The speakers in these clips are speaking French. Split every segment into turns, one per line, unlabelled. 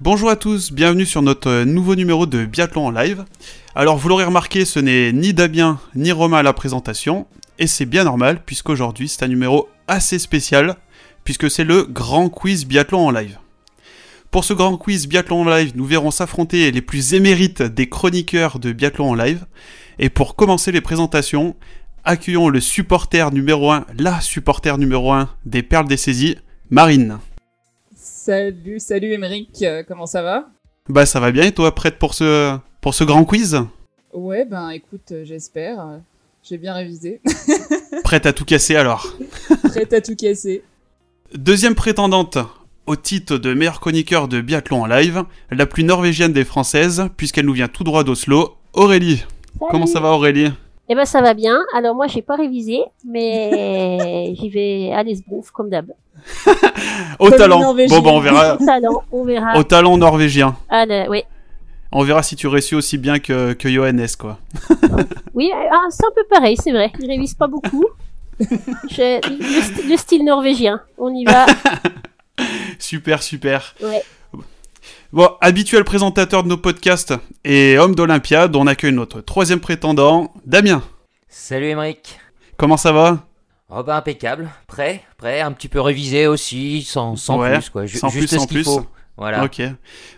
Bonjour à tous, bienvenue sur notre euh, nouveau numéro de Biathlon en live. Alors vous l'aurez remarqué, ce n'est ni Damien ni Romain à la présentation, et c'est bien normal puisqu'aujourd'hui c'est un numéro assez spécial, puisque c'est le grand quiz Biathlon en live. Pour ce grand quiz Biathlon en live, nous verrons s'affronter les plus émérites des chroniqueurs de Biathlon en live. Et pour commencer les présentations, accueillons le supporter numéro 1, la supporter numéro 1 des Perles des Saisies, Marine.
Salut, salut Émeric, euh, comment ça va
Bah ça va bien et toi, prête pour ce, pour ce grand quiz
Ouais, ben écoute, euh, j'espère. euh, J'ai bien révisé.
Prête à tout casser alors.
Prête à tout casser.
Deuxième prétendante au titre de meilleur chroniqueur de biathlon en live, la plus norvégienne des françaises, puisqu'elle nous vient tout droit d'Oslo, Aurélie. Comment ça va Aurélie
Eh ben ça va bien. Alors moi j'ai pas révisé, mais j'y vais à l'esbrouf comme d'hab.
Au
Comme
talent.
une Norvégienne.
Bon bah on verra.
Talent, on verra.
Au talent norvégien.
Ah, là, oui.
On verra si tu réussis aussi bien que, que Johannes quoi.
Oui, ah, c'est un peu pareil, c'est vrai. Ils révisent pas beaucoup. Je- le, st- le style norvégien. On y va.
Super super.
Ouais.
Bon, habituel présentateur de nos podcasts et homme d'Olympiade, on accueille notre troisième prétendant, Damien.
Salut Emeric.
Comment ça va
Oh bah impeccable, prêt, prêt, un petit peu révisé aussi, sans, sans
Ouais,
plus quoi, Ju-
sans
juste
plus, sans
ce qu'il
plus.
faut. Voilà.
Ok.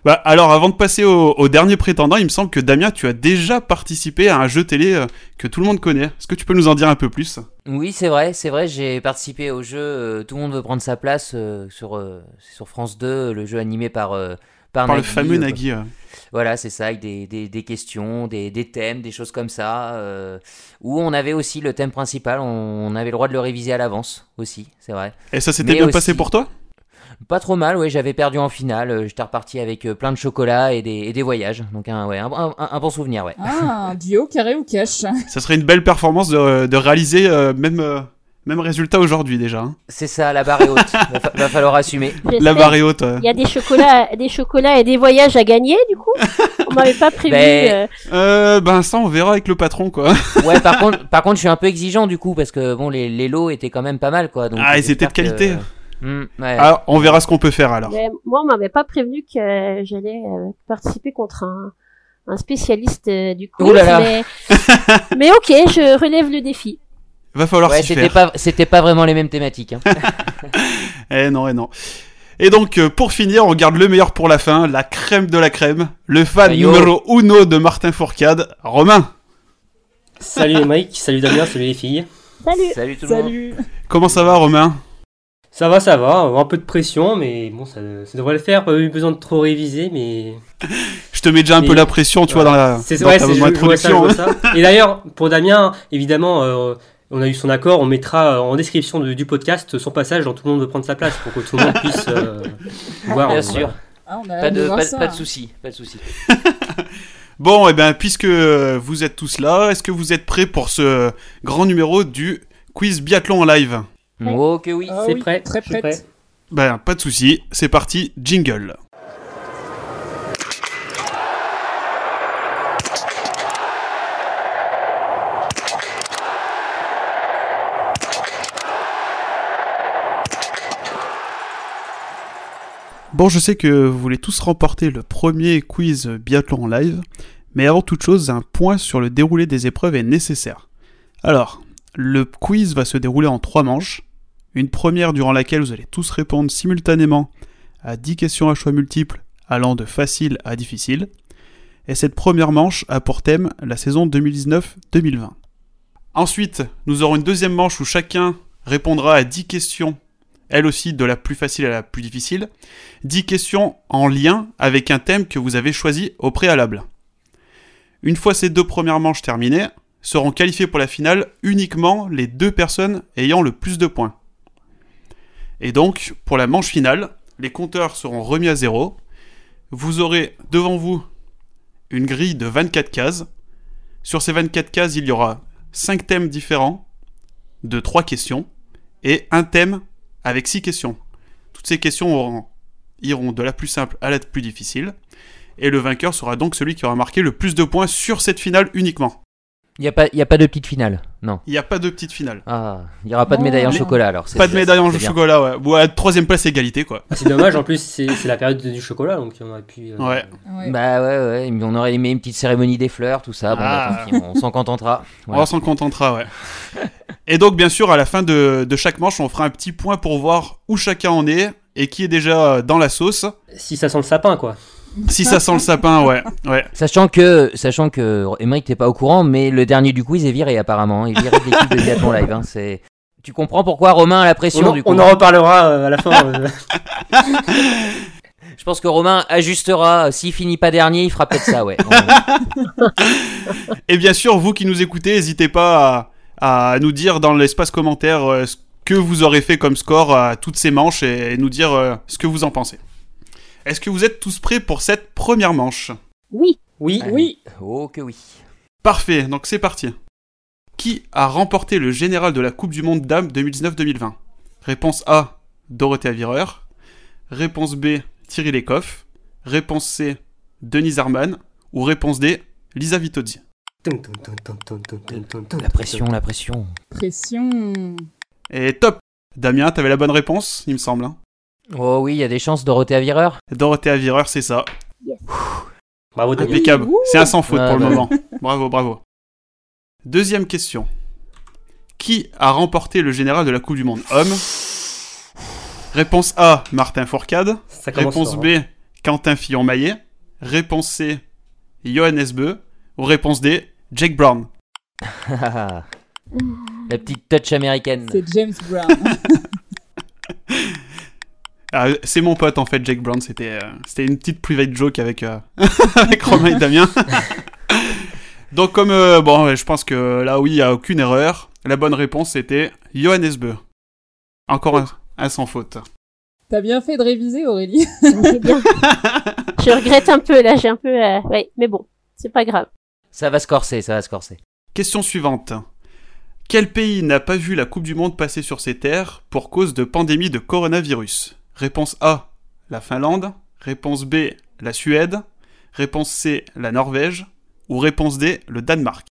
Bah, alors, avant de passer au, au dernier prétendant, il me semble que Damien, tu as déjà participé à un jeu télé euh, que tout le monde connaît. Est-ce que tu peux nous en dire un peu plus
Oui, c'est vrai, c'est vrai, j'ai participé au jeu euh, Tout le monde veut prendre sa place euh, sur, euh, c'est sur France 2, le jeu animé par, euh, par,
Par le
Nagui,
fameux
euh,
Nagui. euh.
Voilà, c'est ça, avec des, des, des questions, des, des thèmes, des choses comme ça, euh, où on avait aussi le thème principal, on, on avait le droit de le réviser à l'avance aussi, c'est vrai.
Et ça s'était
Mais
bien
aussi-
passé pour toi
Pas trop mal, ouais, j'avais perdu en finale, euh, j'étais reparti avec euh, plein de chocolat et des, et des voyages, donc un, ouais, un, un- un bon souvenir, ouais.
Ah, un duo carré ou cash
Ça serait une belle performance de, de réaliser euh, même, euh, même résultat aujourd'hui déjà. hein.
C'est ça, la barre est haute. va, fa- va falloir assumer.
J'espère.
La barre est haute. euh.
Il y a des chocolats, des chocolats et des voyages à gagner du coup. On m'avait pas prévu.
Ben,
euh,
Euh, ben ça, on verra avec le patron quoi.
Ouais, par contre, par contre, je suis un peu exigeant du coup parce que bon, les, les lots étaient quand même pas mal quoi. Donc,
Ah, ils
j'espère
étaient de qualité.
que- Hmm, ouais.
Ah, on verra ce qu'on peut faire alors.
mais ben, moi on m'avait pas prévenu que euh, j'allais euh, participer contre un, un spécialiste euh, du coup.
Ouh là là.
Mais, mais ok, je relève le défi.
Va falloir
Ouais,
s'y
c'était
faire.
pas, c'était pas vraiment les mêmes thématiques. hein.
Eh non, eh non. Et donc, euh, pour finir, on garde le meilleur pour la fin, la crème de la crème, le fan
Aïe, oh.
numéro uno de Martin Fourcade, Romain.
Salut Mike, salut Damien, salut les filles.
Salut.
Salut tout le monde.
Salut
Comment ça va, Romain
Ça va, ça va, un peu de pression, mais bon, ça, ça devrait le faire. Pas eu besoin de trop réviser, mais.
Je te mets déjà un
Mais-
peu la pression, tu vois, dans, la,
C'est
dans
ouais,
ta
c'est- je- je vois ça, je
introduction.
vois ça. Et d'ailleurs, pour Damien, évidemment, euh, on a eu son accord, on mettra euh, en description de- du podcast son passage dans Tout le monde veut prendre sa place pour que tout le monde puisse euh, voir.
Bien
euh,
sûr,
ah, on a
pas
hâte de,
de,
voir
pas,
ça.
pas de soucis, pas de soucis.
Bon, et ben, puisque euh, vous êtes tous là, est-ce que vous êtes prêts pour ce grand numéro du quiz biathlon en live
Ouais.
Oh que oui.
Ah
C'est
oui,
prêt,
Très
je suis
prête.
prêt.
Ben, pas de souci, c'est parti, jingle. Bon, je sais que vous voulez tous remporter le premier quiz biathlon en live, mais avant toute chose, un point sur le déroulé des épreuves est nécessaire. Alors, le quiz va se dérouler en trois manches. Une première durant laquelle vous allez tous répondre simultanément à 10 questions à choix multiples allant de facile à difficile. Et cette première manche a pour thème la saison 2019-2020. Ensuite, nous aurons une deuxième manche où chacun répondra à 10 questions, elle aussi de la plus facile à la plus difficile. 10 questions en lien avec un thème que vous avez choisi au préalable. Une fois ces deux premières manches terminées, seront qualifiées pour la finale uniquement les deux personnes ayant le plus de points. Et donc, pour la manche finale, les compteurs seront remis à zéro. Vous aurez devant vous une grille de 24 cases. Sur ces 24 cases, il y aura 5 thèmes différents de 3 questions et un thème avec 6 questions. Toutes ces questions auront- iront de la plus simple à la plus difficile. Et le vainqueur sera donc celui qui aura marqué le plus de points sur cette finale uniquement.
Il n'y a, pas- il y a pas de petite finale. Non.
Il n'y a pas de petite finale.
Ah, il n'y aura pas de
Non,
médaille en
mais-
chocolat alors. c'est-
Pas de
c'est-
médaille en
c'est bien.
chocolat, ouais. Bon, à troisième place, égalité, quoi.
C'est dommage, en plus, c'est c'est la période du chocolat, donc on aurait pu. euh,
Ouais.
Ouais.
Bah ouais, ouais, mais on aurait aimé une petite cérémonie des fleurs, tout ça. Bon, bah,
Ah.
tant pis, on s'en contentera. Voilà.
On s'en contentera, ouais. et donc, bien sûr, à la fin de, de chaque manche, on fera un petit point pour voir où chacun en est et qui est déjà euh, dans la sauce.
Si ça sent le sapin, quoi.
Si ça sent le sapin, ouais. ouais.
Sachant que, sachant que, Émeric, t'es pas au courant, mais le dernier du quiz est viré apparemment. Il est viré de l'équipe de biathlon live. hein, c'est... Tu comprends pourquoi Romain a la
On,
pression
en-
du coup. bah.
on en reparlera euh, à la fin. euh.
hein. Je pense que Romain ajustera. S'il finit pas dernier, il fera peut-être ça, ouais. On-
Et bien sûr, vous qui nous écoutez, n'hésitez pas à, à nous dire dans l'espace commentaire euh, ce que vous aurez fait comme score à toutes ces manches et, et nous dire euh, ce que vous en pensez. Est-ce que vous êtes tous prêts pour cette première manche
Oui.
Oui,
Allez.
oui.
Oh que oui.
Parfait, donc c'est parti. Qui a remporté le général de la Coupe du Monde Dames 2019-2020 Réponse A, Dorothée Avireur. Réponse B, Thierry Lecoff. Réponse C, Denise Arman. Ou réponse D, Lisa Vitozzi.
La pression, la pression.
Pression.
Mmh.
Et top Damien, t'avais la bonne réponse, il me semble. hein.
Oh oui, il y a des chances Dorothée Avireur.
Dorothée Avireur, c'est ça.
Bravo, Damien.
Impeccable. C'est un sans faute
Ouais,
pour le
bah.
moment. Bravo, bravo. Deuxième question. Qui a remporté le général de la Coupe du Monde Homme Réponse A, Martin Fourcade.
Ça commence
Réponse
fort,
B,
hein.
Quentin Fillon-Maillet. Réponse C, Johannes Beu. Ou réponse D, Jake Brown.
la petite touch américaine.
C'est James Brown.
Ah, c'est mon pote en fait, Jake Brown. C'était euh, c'était une petite private joke avec, euh, avec Romain et Damien. Donc, comme euh, bon, ouais, je pense que là, oui, il n'y a aucune erreur. La bonne réponse c'était Johannes Beu. Encore un, un sans faute.
T'as bien fait de réviser, Aurélie.
C'est bien. Je regrette un peu là, j'ai un peu. euh, Ouais, mais bon, c'est pas grave.
Ça va se corser, ça va se corser.
Question suivante. Quel pays n'a pas vu la Coupe du Monde passer sur ses terres pour cause de pandémie de coronavirus Réponse A, la Finlande. Réponse B, la Suède. Réponse C, la Norvège. Ou réponse D, le Danemark.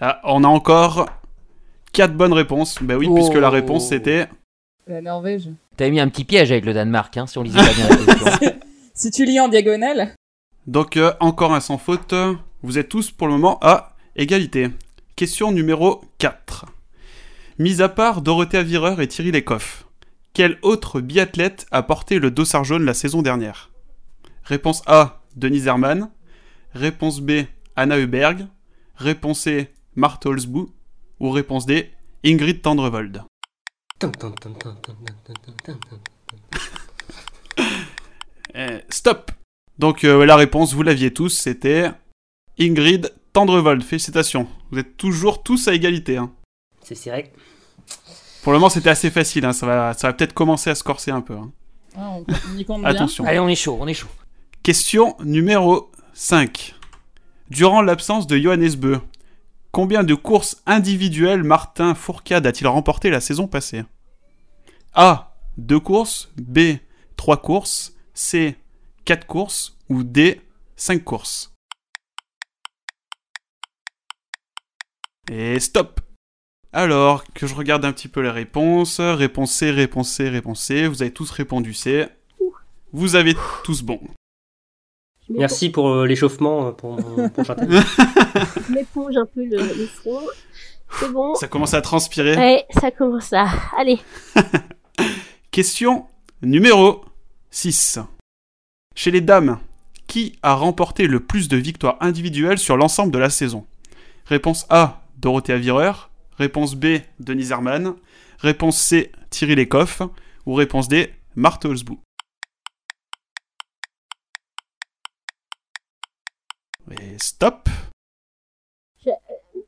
Ah, on a encore quatre bonnes réponses. Ben oui,
Oh.
puisque la réponse c'était
La Norvège.
T'avais mis un petit piège avec le Danemark, hein, si on lisait pas bien la question.
Si tu lis en diagonale.
Donc euh, encore un sans faute. Vous êtes tous pour le moment à égalité. Question numéro 4. Mis à part Dorothée Avireur et Thierry Lecoff, quel autre biathlète a porté le dossard jaune la saison dernière Réponse A, Denise Herman. Réponse B, Anna Huberg. Réponse C, Marthe Holzbou. Ou réponse D, Ingrid Tendrevold. Euh, stop Donc euh, la réponse, vous l'aviez tous, c'était Ingrid Tendrevold. Félicitations. Vous êtes toujours tous à égalité. hein.
C'est Cyril.
Pour le moment, c'était assez facile. hein, Ça va, ça va peut-être commencer à se corser un peu. hein.
Ah, on, on y compte bien.
Attention.
Allez, on est chaud, on est chaud.
Question numéro 5. Durant l'absence de Johannes Beu, combien de courses individuelles Martin Fourcade a-t-il remporté la saison passée A. 2 courses. B. 3 courses. C. 4 courses. Ou D. 5 courses. Et stop Alors, que je regarde un petit peu les réponses. Réponse C, réponse C, réponse C. Vous avez tous répondu C. Vous avez tous bon.
Je m'éponge-
Merci pour euh, l'échauffement euh, pour mon prochain thème.
je m'éponge un peu le, le front. C'est bon.
Ça commence à transpirer.
Ouais, ça commence à. Allez.
Question numéro 6. Chez les dames, qui a remporté le plus de victoires individuelles sur l'ensemble de la saison Réponse A, Dorothée Avireur. Réponse B, Denise Herman. Réponse C, Thierry Lecoff. Ou réponse D, Marthe Holzbou. Et stop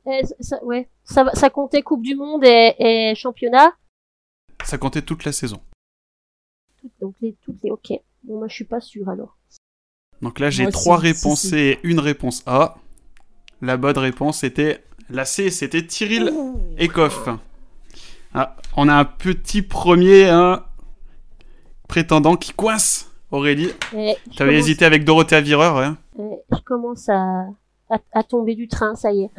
Eh, ça- ça, ouais. ça, va- ça comptait Coupe du Monde et, et championnat.
Ça comptait toute la saison.
Donc les, toutes les. Ok. Bon, moi je suis pas sûre alors.
Donc là, j'ai
Moi aussi,
trois
si,
réponses
si.
et une réponse A. La bonne réponse était la C, c'était Tyril Ekoff. Ah, on a un petit premier hein, prétendant qui coince. Aurélie,
Eh, je
t'avais
commence-
hésité avec Dorothée Vireur, hein
eh, je commence à, à, à tomber du train, ça y est.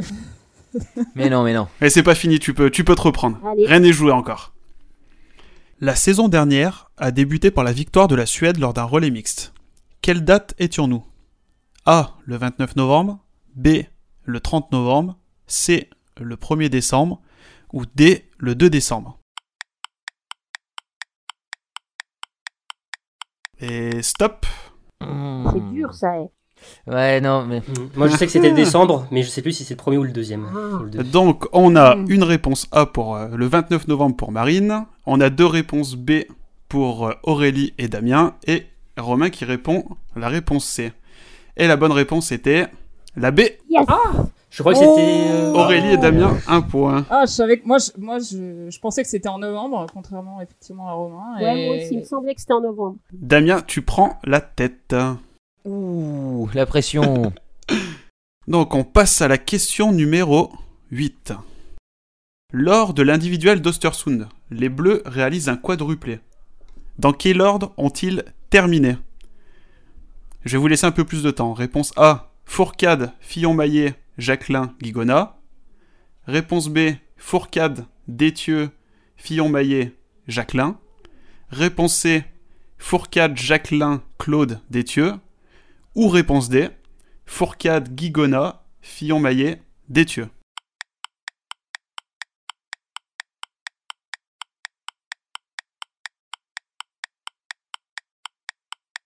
Mais non, mais non.
Mais c'est pas fini, tu peux, tu peux te reprendre.
Allez.
Rien n'est joué encore. La saison dernière a débuté par la victoire de la Suède lors d'un relais mixte. Quelle date étions-nous A. Le 29 novembre. B. Le 30 novembre. C. Le 1er décembre. Ou D. Le 2 décembre. Et stop
Hmm.
C'est dur, ça. eh.
Ouais, non, mais.
Mm. Moi, je sais que c'était décembre, mais je sais plus si c'est le premier ou le deuxième. Ou le deux.
Donc, on a
Mm.
une réponse A pour euh, le 29 novembre pour Marine, on a deux réponses B pour euh, Aurélie et Damien, et Romain qui répond la réponse C. Et la bonne réponse était la B.
Yes.
Je crois que c'était. euh,
Aurélie et Damien, un point.
Ah, je savais que moi, je, moi, je, je pensais que c'était en novembre, contrairement effectivement à Romain.
Ouais,
et-
moi aussi, il me semblait que c'était en novembre.
Damien, tu prends la tête.
Ouh, la pression.
Donc, on passe à la question numéro 8. Lors de l'individuel d'Ostersund, les Bleus réalisent un quadruplé. Dans quel ordre ont-ils terminé Je vais vous laisser un peu plus de temps. Réponse A Fourcade, Fillon-Maillet, Jacquelin, Guigona. Réponse B Fourcade, Détieux, Fillon-Maillet, Jacquelin. Réponse C Fourcade, Jacquelin, Claude, Détieux. Ou réponse D Fourcade, Guigona, Fillon-Maillet, Détieux.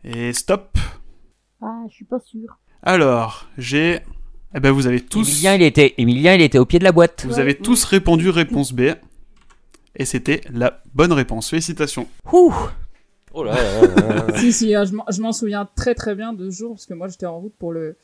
Et stop.
Ah, je suis pas sûre.
Alors, j'ai... Eh ben vous avez tous...
Emilien, il était, Emilien, il était au pied de la boîte.
Vous avez tous répondu réponse B. Et c'était la bonne réponse. Félicitations.
Ouh. Oh là là là là là.
Si, si, hein, je m'en- je m'en souviens très très bien de ce jour, parce que moi j'étais en route pour le,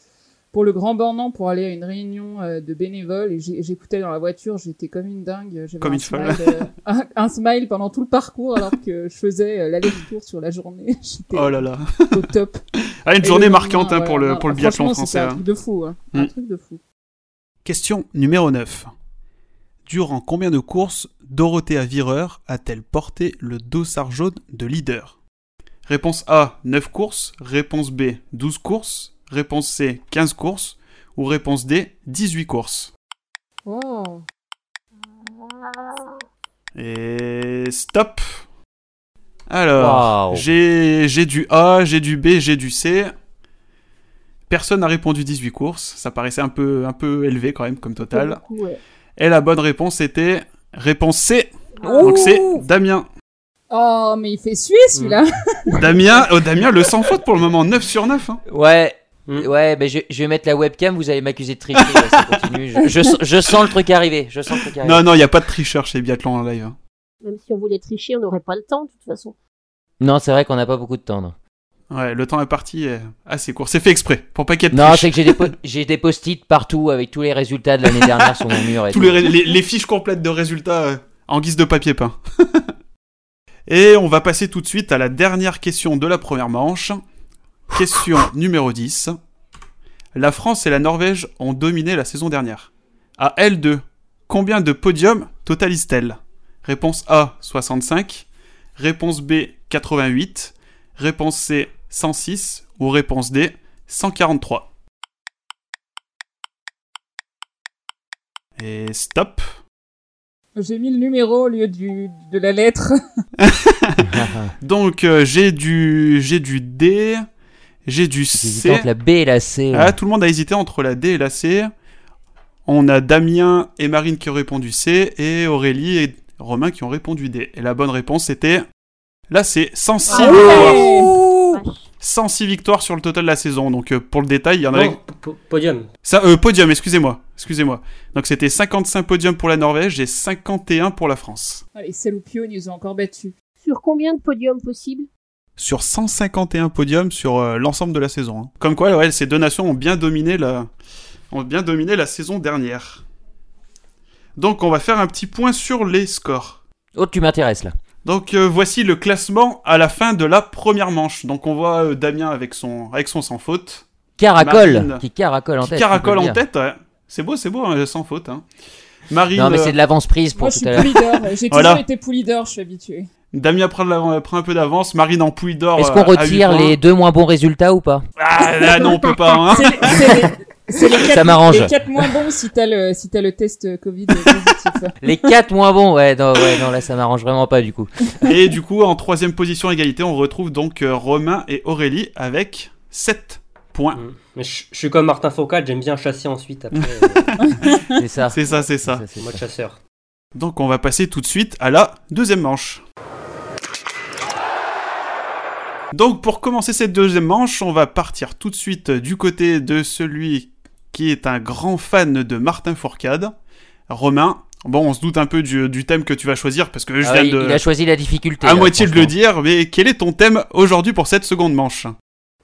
pour le Grand Bornand pour aller à une réunion euh, de bénévoles et j'ai- j'écoutais dans la voiture, j'étais comme une dingue. j'avais
Comme
un
une folle.
smile, euh, un, un smile pendant tout le parcours alors que je faisais euh, l'aller-retour sur la journée. J'étais
Oh là là.
au top.
Ah, une
Et
journée
le
marquante hein,
lendemain,
pour,
voilà,
le,
non,
pour le
franchement,
biathlon français.
c'était
hein.
Un truc de fou. hein.
Mm.
Un truc de fou.
Question numéro 9. Durant combien de courses Dorothée Vireur a-t-elle porté le dossard jaune de leader Réponse A, 9 courses. Réponse B, 12 courses. Réponse C, 15 courses. Ou réponse D, 18 courses.
Wow.
Ah,
Et stop Alors,
Waouh.
j'ai j'ai du A, j'ai du B, j'ai du C. Personne n'a répondu 18 courses. Ça paraissait un peu, un peu élevé quand même comme
pas
Oh.
total.
beaucoup, ouais.
Et la bonne réponse était réponse C. Donc c'est Damien.
Oh, mais il fait suer celui-là.
Hmm. Damien, oh, Damien le sans faute pour le moment, 9 sur 9. hein.
Ouais.
Mm.
Ouais, ben je, je vais mettre la webcam, vous allez m'accuser de tricher, ouais, ça continue. Je, je, sens- je sens le truc arriver, je sens le truc arriver.
Non, non, il n'y a pas de tricheur chez Biathlon en live. hein.
Même si on voulait tricher, on n'aurait pas le temps, de toute façon.
Non, c'est vrai qu'on n'a pas beaucoup de temps. Non,
Ouais, le temps est parti euh, assez court. C'est fait exprès, pour pas qu'il y ait de
non
triche.
c'est que j'ai des, po- j'ai des post-it partout avec tous les résultats de l'année dernière sur mon mur. Et
Tous
tout.
les, ré- les- les fiches complètes de résultats euh, en guise de papier peint. Et on va passer tout de suite à la dernière question de la première manche. Question numéro 10. La France et la Norvège ont dominé la saison dernière. À L2, combien de podiums totalise-t-elle Réponse A, 65. Réponse B, 88. Réponse C, 106. Ou réponse D, 143. Et stop.
J'ai mis le numéro au lieu du, de la lettre.
Donc euh, j'ai du j'ai du D, j'ai du
J'hésitais
C.
entre la B et la E. C. ouais.
Ah, tout le monde a hésité entre la D et la C. On a Damien et Marine qui ont répondu C et Aurélie et Romain qui ont répondu D. Et la bonne réponse c'était la C. 106
Ah
victoires.
ouais.
Vache.
106 victoires sur le total de la saison. Donc euh, pour le détail, il y en
Non,
avait
po- podium.
ça euh, podium, excusez-moi. Excusez-moi. Donc c'était 55 podiums pour la Norvège et 51 pour la France.
Allez, Saloupio, ils nous ont encore battus.
Sur combien de podiums possibles
sur 151 podiums sur euh, l'ensemble de la saison. hein. Comme quoi, ouais, ces deux nations ont bien dominé la, ont bien dominé la saison dernière. Donc, on va faire un petit point sur les scores.
Oh, tu m'intéresses là.
Donc, euh, voici le classement à la fin de la première manche. Donc, on voit euh, Damien avec son, avec son sans faute.
Caracole,
Marine.
qui caracole en
Qui
tête.
caracole
on peut
en
le dire.
tête. ouais. C'est beau, c'est beau, hein, sans faute. hein. Marine,
Non, mais
euh,
c'est de l'avance prise pour
Moi, je
tout
suis
à l'heure.
poulidor. J'ai
Voilà.
toujours été poulidor, je suis habitué.
Damien prend, de l'avance- prend un peu d'avance, Marine en pouille d'or.
Est-ce
euh,
qu'on
à
retire
huit points.
les deux moins bons résultats ou pas
Ah là, non, on peut pas. hein.
C'est les- c'est les- c'est les quatre-
Ça m'arrange.
Les 4 moins bons si t'as le, si t'as le test euh, Covid positif.
Les quatre moins bons, ouais non, ouais, non, là ça m'arrange vraiment pas du coup.
Et du coup, en troisième position égalité, on retrouve donc euh, Romain et Aurélie avec 7 points.
Mm. Mais je, je suis comme Martin Fourcade, j'aime bien chasser ensuite après. euh,
C'est ça.
C'est ça, c'est ça.
Ça, Ah, c'est
en mode
ça.
chasseur.
Donc on va passer tout de suite à la deuxième manche. Donc pour commencer cette deuxième manche, on va partir tout de suite euh, du côté de celui qui est un grand fan de Martin Fourcade, Romain. Bon, on se doute un peu du, du thème que tu vas choisir parce que je
Ah
viens
ouais, il,
de
il a choisi la difficulté.
à
là,
moitié de le
franchement.
dire, mais quel est ton thème aujourd'hui pour cette seconde manche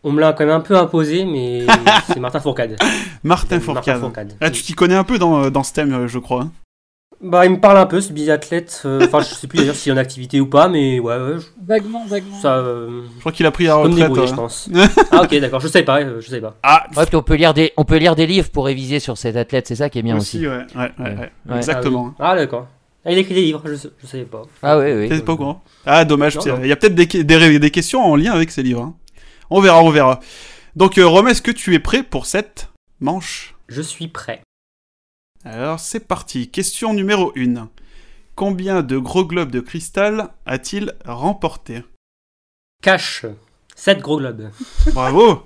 On me l'a quand même un peu imposé, mais c'est Martin Fourcade.
Martin Fourcade. Là, Ah, tu t'y connais un peu dans, dans ce thème, euh, je crois. hein.
Bah, il me parle un peu ce biathlète. euh, Enfin, je sais plus d'ailleurs s'il est en activité ou pas, mais ouais, ouais, je-
Vaguement, vaguement.
ça. euh,
Je crois qu'il a pris la
je peux me
retraite.
débrouiller,
euh.
je pense. ah, ok, d'accord, je sais pas, euh, je sais pas.
Ah,
Ouais, puis on peut, lire des, on peut lire des livres pour réviser sur cet athlète, c'est ça qui est bien aussi.
aussi, ouais. Ouais, ouais, ouais.
Ouais.
Exactement. hein.
Ah, oui. Ah, d'accord. Ah, il écrit des livres, je, sais- je savais pas.
Ah oui, oui.
T'es pas au courant Ah, dommage.
Non,
parce que
non.
Il y a peut-être des, des- des questions en lien avec ces livres. hein. On verra, on verra. Donc, euh, Romain, est-ce que tu es prêt pour cette manche
Je suis prêt.
Alors, c'est parti. Question numéro 1. Combien de gros globes de cristal a-t-il remporté
Cash. 7 gros globes.
Bravo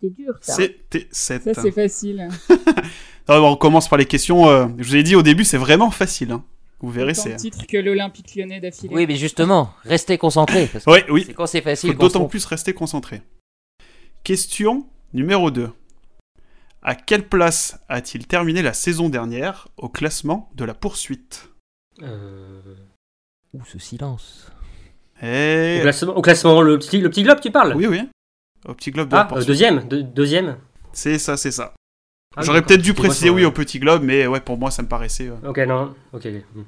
C'était dur, ça.
C'était
Ça,
7.
c'est facile.
on commence par les questions. euh, je vous ai dit au début, c'est vraiment facile. hein. Vous verrez,
Autant de
c'est.
titres que l'Olympique lyonnais d'affilée.
Oui, mais justement, restez concentrés. Parce que
Oui, oui.
c'est quand c'est
faut
facile. qu'on se
d'autant
trompe.
plus rester concentré. Question numéro 2. À quelle place a-t-il terminé la saison dernière au classement de la poursuite
Euh,
Ouh, ce silence.
Eh,
au, classement, au classement, le petit, le petit globe, tu parles
Oui, oui. Au petit globe de la
Ah, euh,
poursuite.
deuxième deux- Deuxième
C'est ça, c'est ça.
Ah,
J'aurais
d'accord.
peut-être dû
Excusez-moi,
préciser
sur-
oui au petit globe, mais ouais, pour moi, ça me paraissait... euh,
Ok, non, ok. ok.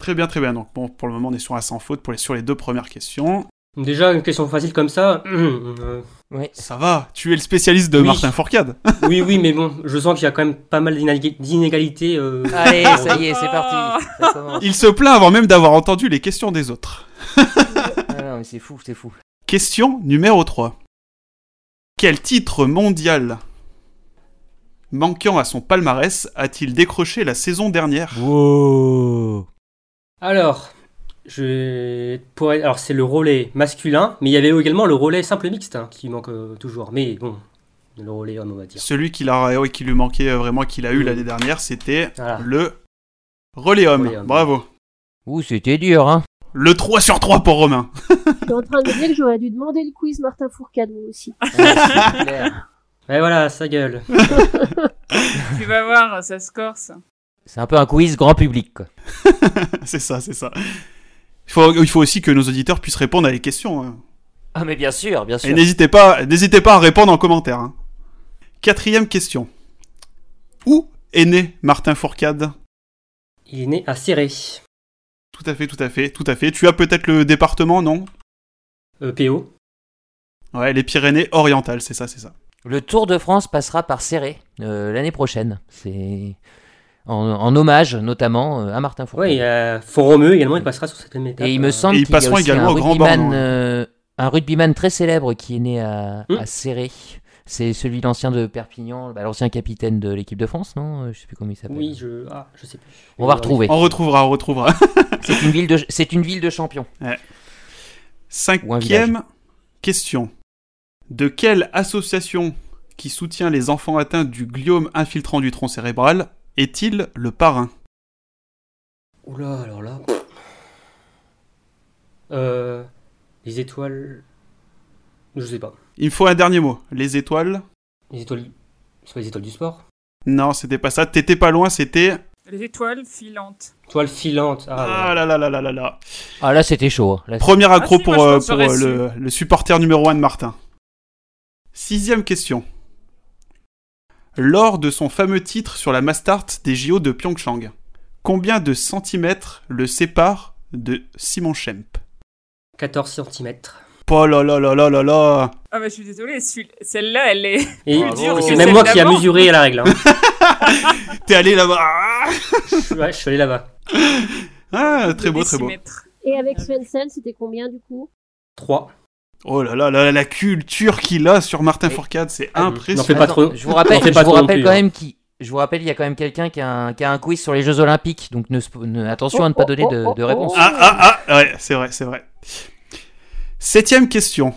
Très bien, très bien. Donc bon, pour le moment, on est sur un sans faute pour les, sur les deux premières questions.
Hmm. Déjà, une question facile comme ça. euh,
Ouais.
Ça va, tu es le spécialiste de
Oui.
Martin Fourcade.
oui, oui, mais bon, je sens qu'il y a quand même pas mal d'inég- d'inégalités. euh,
Allez, ça y est, c'est
Ah.
parti. Ça commence.
Il se plaint avant même d'avoir entendu les questions des autres.
Ah non, mais c'est fou, c'est fou.
Question numéro 3. Quel titre mondial manquant à son palmarès a-t-il décroché la saison dernière
Wow.
Alors, je pourrais... alors c'est le relais masculin, mais il y avait également le relais simple mixte hein, qui manque euh, toujours. Mais bon, le relais homme, on va dire.
Celui qui, l'a- ouais, qui lui manquait euh, vraiment, qu'il a eu
Mm.
l'année dernière, c'était
Voilà.
le relais homme.
Relais homme.
Bravo.
Ouh, c'était dur, hein.
Le 3 sur 3 pour Romain.
J'étais en train de me dire que j'aurais dû demander le quiz Martin Fourcade, moi aussi.
Ouais, c'est clair.
Et voilà, sa gueule.
Tu vas voir, ça se corse.
C'est un peu un quiz grand public, quoi.
c'est ça, c'est ça. Il faut, il faut aussi que nos auditeurs puissent répondre à les questions. hein.
Ah, mais bien sûr, bien sûr.
Et n'hésitez pas, n'hésitez pas à répondre en commentaire. hein. Quatrième question. Où est né Martin Fourcade
Il est né à Ciré,
Tout à fait, tout à fait, tout à fait. Tu as peut-être le département, non
euh, PO.
Ouais, les Pyrénées orientales, c'est ça, c'est ça.
Le Tour de France passera par Serré euh, l'année prochaine. C'est en, en hommage notamment euh, à Martin Fourcade.
Oui, euh, Foromeux également, il passera sur cette même étape.
Et il
Euh,
me semble
Et ils
qu'il y a
passeront
aussi
également
un
au Grand
rugbyman,
Bornand, hein.
euh, un rugbyman très célèbre qui est né à,
Hmm.
à Serré. C'est celui l'ancien de Perpignan, bah, l'ancien capitaine de l'équipe de France, non Euh, Je sais plus comment il s'appelle.
Oui, je... Ah, je sais plus.
On va retrouver.
On retrouvera, on retrouvera.
C'est une ville de, c'est une ville de champions.
Cinquième question. De quelle association qui soutient les enfants atteints du gliome infiltrant du tronc cérébral est-il le parrain
Oula, alors là. Euh, les étoiles. Je sais pas.
Il me faut un dernier mot. Les étoiles
Les étoiles. Soit les étoiles du sport.
Non, c'était pas ça. T'étais pas loin, c'était...
Les étoiles filantes.
Étoiles filantes. Ah, voilà.
Ah là là là là là là.
Ah là, c'était chaud. hein. Là, c'est-
Premier accro
Ah si,
pour,
moi, je
euh,
pense que
pour
j'aurais
euh, le, le supporter numéro 1 de Martin. Sixième question. Lors de son fameux titre sur la Mastart des JO de Pyeongchang, combien de centimètres le sépare de Simon Schemp
14 cm.
Oh là là là là là là
Ah bah je suis désolée, celui- celle-là elle est...
Et
Plus dur que
c'est
celle
même moi qui a
d'avant.
mesuré à la règle. hein.
T'es allé là-bas Ah
je, ouais, je suis allé là-bas.
Ah, Très beau, très beau.
Décimètre.
Et avec
Ah
Svensson, c'était combien du coup
3.
Oh là là, là, là, la culture qu'il a sur Martin
Et-
Fourcade, c'est
Ah,
impressionnant.
n'en fais pas
Attends,
trop.
Je vous rappelle,
N'en fais pas
je vous
trop non
rappelle
plus,
quand
hein.
même qui. Je vous rappelle, il y a quand même quelqu'un qui a, un, qui a un quiz sur les Jeux Olympiques, donc ne, sp- ne- attention à ne pas
Oh, oh,
donner de,
oh,
de
oh,
réponse.
oh.
Ah, ah, ah, ouais, c'est vrai, c'est vrai. Septième question.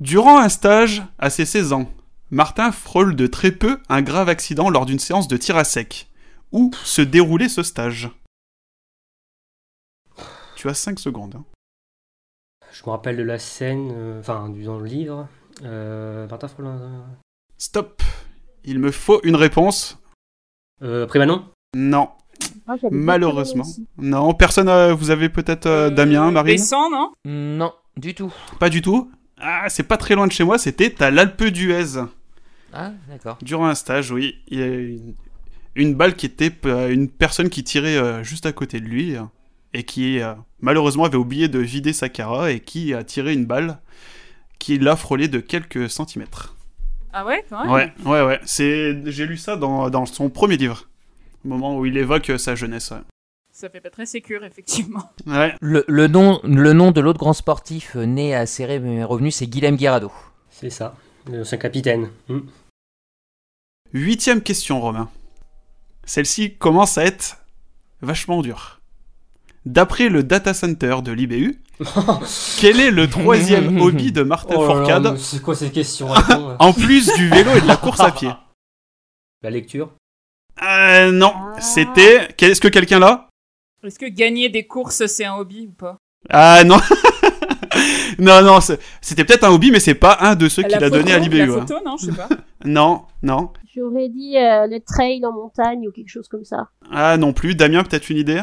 Durant un stage à ses 16 ans, Martin frôle de très peu un grave accident lors d'une séance de tir à sec. Où se déroulait ce stage Tu as 5 secondes. hein.
Je me rappelle de la scène, euh, enfin, du dans le livre. Euh, Martin Frelin.
Stop. Il me faut une réponse.
Euh, après Manon
Non,
Ah, j'avais bien
malheureusement.
parlé aussi.
Non, personne. euh, vous avez peut-être euh, Damien, Marine
Descend, non
Non, du tout.
Pas du tout. Ah, c'est pas très loin de chez moi, c'était à l'Alpe d'Huez.
Ah, d'accord.
Durant un stage, oui, il y a une, une balle qui était euh, une personne qui tirait euh, juste à côté de lui euh, et qui euh, malheureusement avait oublié de vider sa cara et qui a tiré une balle qui l'a frôlé de quelques centimètres.
Ah ouais, quand même.
Ouais, ouais, ouais. C'est, j'ai lu ça dans, dans son premier livre, au moment où il évoque euh, sa jeunesse. ouais.
Ça fait pas très sécure, effectivement.
Ouais.
Le, le nom, le nom de l'autre grand sportif euh, né à Serré mais revenu, c'est Guilhem Guirado.
C'est ça. L'ancien capitaine. Hmm.
Huitième question, Romain. Celle-ci commence à être vachement dure. D'après le data center de l'IBU, quel est le troisième hobby de Martin
Oh là là,
Fourcade
mais C'est quoi cette question réponds, là hein,
En plus du vélo et de la course à pied.
La lecture
Euh, non, c'était. quel- Est-ce que quelqu'un l'a
Est-ce que gagner des courses, c'est un hobby ou pas
Ah non Non, non, c'est- c'était peut-être un hobby, mais c'est pas un de ceux
La
qu'il a donné
photo,
à l'IBU.
La
hein.
photo, non, je sais pas.
Non, non.
J'aurais dit euh, le trail en montagne ou quelque chose comme ça.
Ah non plus. Damien, peut-être une idée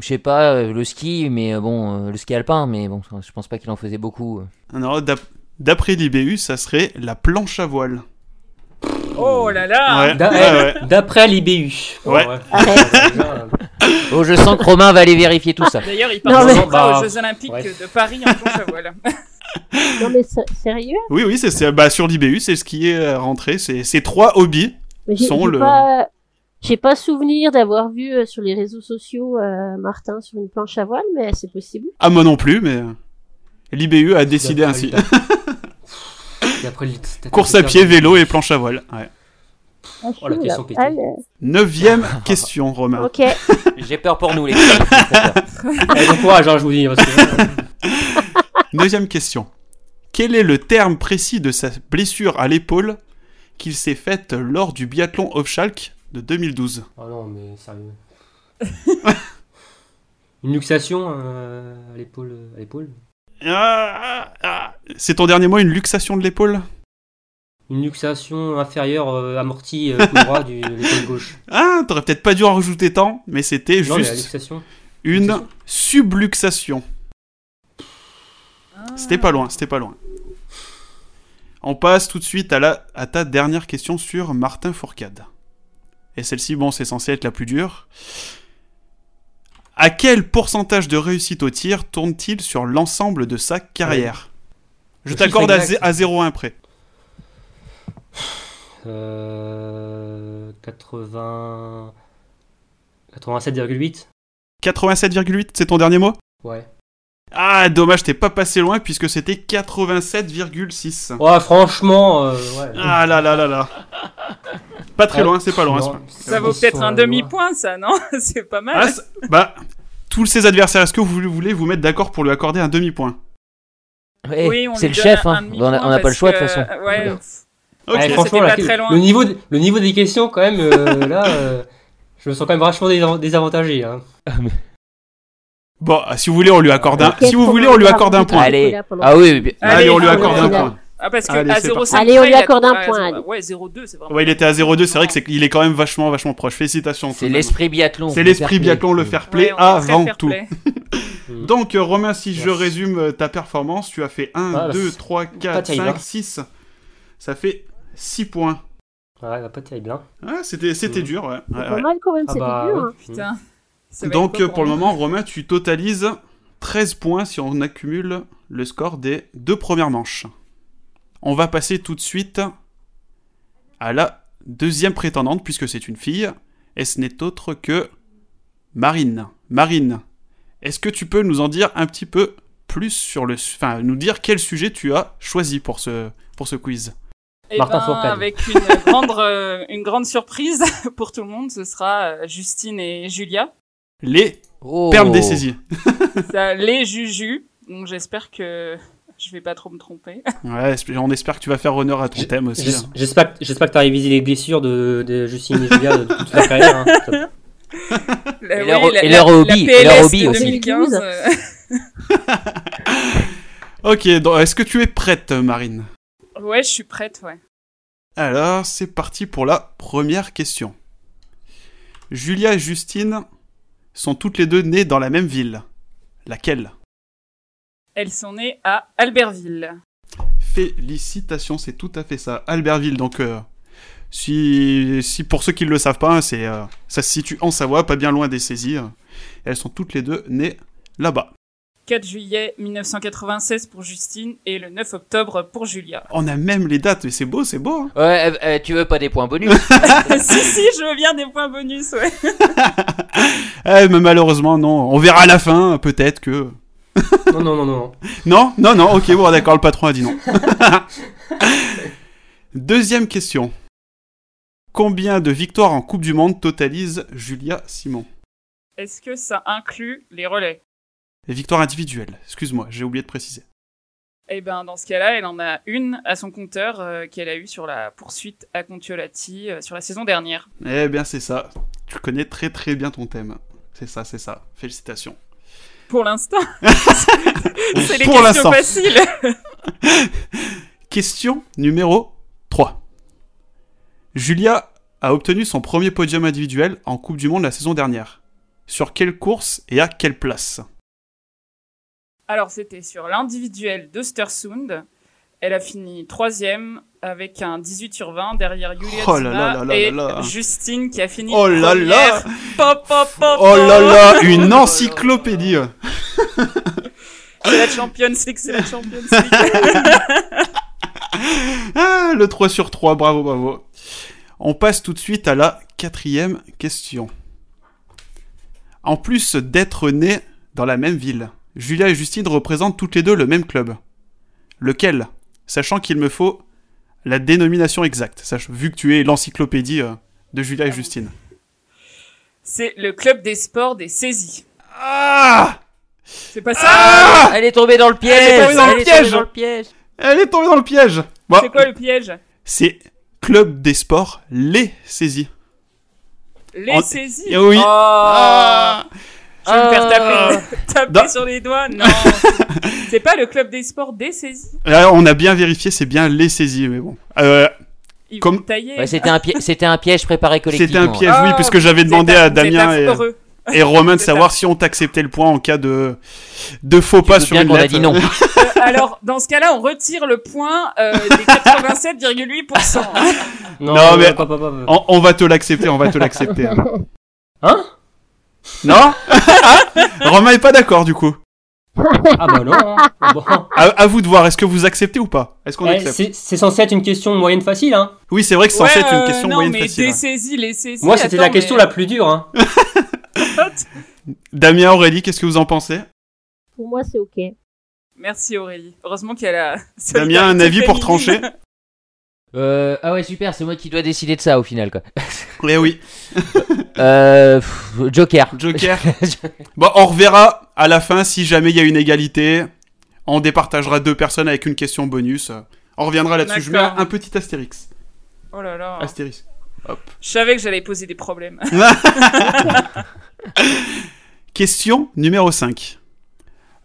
Je sais pas, euh, le ski, mais euh, bon, euh, le ski alpin, mais bon, je pense pas qu'il en faisait beaucoup. euh.
Non, d'ap- d'après l'IBU, ça serait la planche à voile.
Oh là là
Ouais,
Da-
ouais, ouais.
D'après l'IBU.
Ouais.
Oh, je sens que Romain va aller vérifier tout ça.
D'ailleurs, il
Non, mais-
participera
Bah,
aux Jeux Olympiques
ouais.
de Paris en planche à voile.
Non mais sé- sérieux
Oui, oui, c'est- c'est bah, sur l'IBU, c'est ce qui est euh, rentré. C'est ces trois hobbies.
Mais j'ai
Sont
j'ai
le-
pas, j'ai pas souvenir d'avoir vu euh, sur les réseaux sociaux euh, Martin sur une planche à voile, mais c'est possible.
Ah, moi non plus, mais l'IBU a décidé ainsi. Course à pied, vélo et planche à voile. Ouais.
Ah,
Oh, la
chou,
question
là.
pétée.
Ah, le-
Neuvième question, Romain.
ok.
J'ai peur pour nous, les gars.
Bon courage, hein, je vous dis. parce que-
Deuxième question. Quel est le terme précis de sa blessure à l'épaule qu'il s'est faite lors du biathlon off-chalk de 2012
Oh non, mais sérieux. Une luxation euh, à l'épaule. À l'épaule.
Ah, ah, ah. C'est ton dernier mot, une luxation de l'épaule
Une luxation inférieure euh, amortie euh, coup droit du de l'épaule gauche.
Ah, t'aurais peut-être pas dû en rajouter tant, mais c'était
Non, mais la
juste
luxation.
une
luxation.
subluxation.
Ah.
C'était pas loin, c'était pas loin. On passe tout de suite à, la, à ta dernière question sur Martin Fourcade. Et celle-ci, bon, c'est censé être la plus dure. À quel pourcentage de réussite au tir tourne-t-il sur l'ensemble de sa carrière Je
Le
t'accorde à,
chiffre exact.
zé- à 0,1 près.
Euh, 80. 87,8
87,8, c'est ton dernier mot
Ouais.
Ah, dommage, t'es pas passé loin puisque c'était 87,6.
Ouais, franchement. euh, ouais.
Ah là là là là. Pas très
Ah,
loin, c'est pas loin.
non,
c'est pas-
Ça vaut
ils
peut-être
sont,
un
euh,
demi-point, ça, non C'est pas mal.
Ah, c'est- bah, tous ces adversaires, est-ce que vous voulez vous mettre d'accord pour lui accorder un demi-point
Eh,
Oui, on lui
c'est le
donne
chef,
un
hein.
demi-point
on a- on n'a pas le
parce
choix de toute
que- euh,
façon.
Ouais,
Ok.
Ouais,
Là,
franchement,
c'était
la-
pas très loin.
Le, niveau de- le niveau des questions, quand même, euh, là, euh, je me sens quand même vachement désav- désavantagé. hein.
Bon, ah, si vous voulez, on lui accorde un.
Ok,
Si vous voulez, on lui accorde un point.
Allez. Ah oui, oui,
Allez,
Allez,
on lui
on
accorde
lui
un
accorde.
point.
Ah, parce que
Allez,
à
c'est
0,5
parti. Allez, on
près,
lui
il a-
accorde un
ouais,
point,
zéro-
allez.
Ouais, 0,2, c'est vraiment.
Ouais, il était à 0,2, c'est vrai que c'est qu'il est quand même vachement, vachement proche. Félicitations. tout
c'est
de même.
l'esprit biathlon.
C'est l'esprit biathlon, le fair
Ouais,
play
on est très
avant
fair
tout.
play.
Donc, euh, Romain, si je
Merci.
résume euh, ta performance, tu as fait 1,
Ouais,
2,
c'est
3, 4,
terrible,
5,
hein.
6. Ça fait 6 points.
Ouais, bah, pas terrible. Hein.
Ah, c'était c'était
Mm.
dur, ouais. Ouais,
Pas
ouais.
mal quand même,
Ah
c'était
bah,
dur.
ouais.
hein.
Putain. ça va être hein.
Donc,
quoi
euh, pour le
nous
moment, Romain, tu totalises 13 points si on accumule le score des deux premières manches. On va passer tout de suite à la deuxième prétendante, puisque c'est une fille, et ce n'est autre que Marine. Marine, Est-ce que tu peux nous en dire un petit peu plus sur le. su- Enfin, nous dire quel sujet tu as choisi pour ce, pour ce quiz
Eh
Martin
ben,
Fourcade.
Avec une grande, euh, une grande surprise pour tout le monde, ce sera euh, Justine et Julia.
Les
Oh.
permes des saisies.
Ça, les Juju. Donc j'espère que je vais pas trop me tromper.
Ouais, esp- on espère que tu vas faire honneur à ton
J'ai-
thème aussi. hein.
J'es- J'espère que- j'espère que t'as révisé les blessures de, de Justine et Julia de toute la carrière. hein. Ça-
La-
Et
Bah oui,
leur-
la-
et
la-
leur hobby,
la
et leur
PLS
hobby
de
aussi.
2015, euh,
Ok, donc est-ce que tu es prête, Marine
ouais, je suis prête, ouais.
Alors, c'est parti pour la première question. Julia et Justine sont toutes les deux nées dans la même ville. Laquelle
Elles sont nées à Albertville.
Félicitations, c'est tout à fait ça. Albertville, donc euh, si, si pour ceux qui ne le savent pas, hein, c'est euh, ça se situe en Savoie, pas bien loin des saisies. euh. Elles sont toutes les deux nées là-bas.
4 juillet 1996 pour Justine et le 9 octobre pour Julia.
On a même les dates, mais c'est beau, c'est beau. hein.
Ouais, euh, euh, tu veux pas des points bonus
Euh, si, si, je veux bien des points bonus, ouais.
Eh, mais malheureusement, non. On verra à la fin, peut-être que.
Non, non, non, non.
Non, non, non, ok, bon, d'accord, le patron a dit non. Deuxième question. Combien de victoires en Coupe du Monde totalise Julia Simon
Est-ce que ça inclut les relais
Les victoires individuelles, excuse-moi, j'ai oublié de préciser.
Eh ben, dans ce cas-là, elle en a une à son compteur euh, qu'elle a eue sur la poursuite à Contiolati euh, sur la saison dernière.
Eh bien, c'est ça. Tu connais très très bien ton thème. C'est ça, c'est ça. Félicitations.
Pour l'instant, c'est les
Pour
questions
l'instant.
faciles.
Question numéro 3. Julia a obtenu son premier podium individuel en Coupe du Monde la saison dernière. Sur quelle course et à quelle place
Alors, c'était sur l'individuel d'Östersund. Elle a fini troisième avec un 18 sur 20 derrière Julia
Oh là
Zima
là là là
et
là là.
Justine qui a fini
Oh là là
première. Pa, pa, pa,
Oh
pa.
là là, une encyclopédie
C'est la Champions League, c'est la Champions League.
Ah, le 3 sur 3, bravo, bravo. On passe tout de suite à la quatrième question. En plus d'être nés dans la même ville, Julia et Justine représentent toutes les deux le même club. Lequel Sachant qu'il me faut la dénomination exacte, sach- vu que tu es l'encyclopédie euh, de Julia et Justine.
c'est le club des sports des saisies.
Ah
C'est pas ça
Ah
Elle est tombée dans le piège
Elle est tombée dans le
est
piège.
tombée dans le piège
Elle est tombée dans le piège Bon,
C'est quoi le piège
C'est Club des Sports, les saisies.
Les
En-
saisies
Eh oui.
Oh.
Ah,
Ah.
Je vais me
Ah.
faire taper, taper
Dans-
sur les doigts. Non, c'est pas le club des sports des saisies.
Là, on a bien vérifié, c'est bien les saisies, mais bon. Euh,
Ils
Comme-
vont tailler.
Ouais, C'était un, piège- c'était un piège préparé
C'était
collectivement.
un piège,
Ah,
oui, puisque j'avais
Vous
demandé
êtes
à
aff- vous êtes
Damien
aff-
et,
heureux.
et Romain de
C'est
savoir si on t'acceptait le point en cas de, de faux
Tu te
pas sur
souviens
une
qu'on a
lettre.
dit non.
Euh, alors, dans ce cas-là, on retire le point euh, des
Ah,
87,8%.
Non,
Non, mais-
pas, pas, pas, pas.
On, on va te l'accepter, on va te l'accepter. hein.
Hein
non Ah Romain est pas d'accord du coup.
Ah bah non. hein. Bon.
À, à vous de voir, est-ce que vous acceptez ou pas Est-ce qu'on
Eh,
accepte
c'est c'est censé être une question moyenne facile, hein.
Oui, c'est vrai que c'est en
Ouais,
fait une
euh,
question
non,
moyenne
mais
facile.
des
hein.
saisies, les saisies.
Moi, c'était la
attends,
question
mais-
la plus dure, hein.
hein. Damien, Aurélie, qu'est-ce que vous en pensez
Pour moi, c'est ok.
Merci Aurélie. Heureusement qu'elle a.
Damien, un avis pour trancher
Euh, ah ouais, super, c'est moi qui dois décider de ça au final. Quoi.
Eh oui,
Euh, pff, Joker.
Joker. bon, on reverra à la fin si jamais il y a une égalité. On départagera deux personnes avec une question bonus. On reviendra là-dessus. Je mets
D'accord.
un petit astérix.
Oh là là.
Astérix.
Je savais que j'allais poser des problèmes.
Question numéro 5.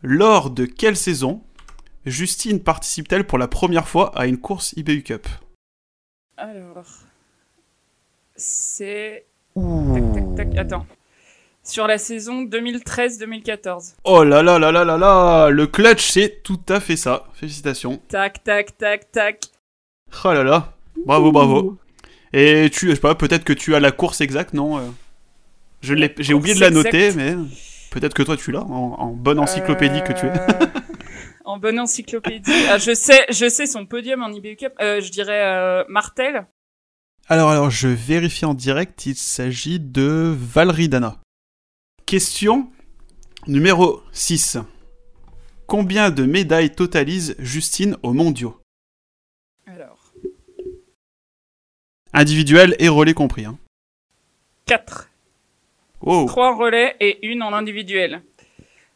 Lors de quelle saison Justine participe-t-elle pour la première fois à une course IBU Cup
Alors, c'est Tac,
Ouh.
tac, tac. Attends. Sur la saison 2013-2014.
Oh là là là là là là Le clutch, c'est tout à fait ça. Félicitations.
Tac, tac, tac, tac.
Oh là là Bravo, bravo. Et tu, je sais pas, peut-être que tu as la course exacte, non euh, Je l'ai- J'ai oublié de la
course
noter,
exacte.
mais peut-être que toi tu l'as, en, en bonne encyclopédie que tu es.
Euh, en bonne encyclopédie. Ah, je sais, je sais son podium en IBU Cup. Euh, je dirais euh, Martel.
Alors, alors, je vérifie en direct, il s'agit de Valérie Dana. Question Numéro 6. Combien de médailles totalise Justine aux mondiaux
Alors,
Individuel et relais compris. Hein. Oh.
4.
Wow.
3 en relais et une en individuel.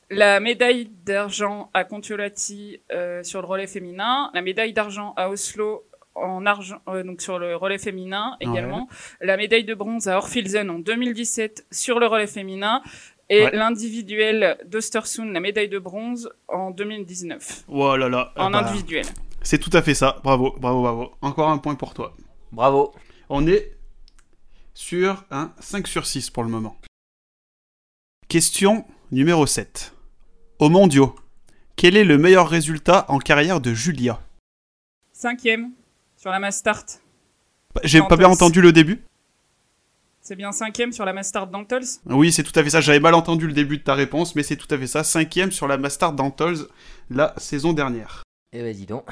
La médaille d'argent à Kontiolahti euh, sur le relais féminin, la médaille d'argent à Oslo en argent euh, donc sur le relais féminin également, la médaille de bronze à Orfilsen en 2017 sur le relais féminin et
Ouais.
l'individuel d'Ostersund la médaille de bronze en 2019
Oh là là.
en
bah,
individuel.
C'est tout à fait ça. Bravo, bravo, bravo. Encore un point pour toi.
Bravo.
On est sur un 5 sur 6 pour le moment. Question numéro 7. Au mondiaux, quel est le meilleur résultat en carrière de Julia
Cinquième sur la Mastart.
Bah, J'ai pas
Santos.
bien entendu le début
C'est bien cinquième sur la Mastart d'Antols
Oui, c'est tout à fait ça. J'avais mal entendu le début de ta réponse, mais c'est tout à fait ça. Cinquième sur la Master d'Antols la saison dernière.
Eh ben dis donc.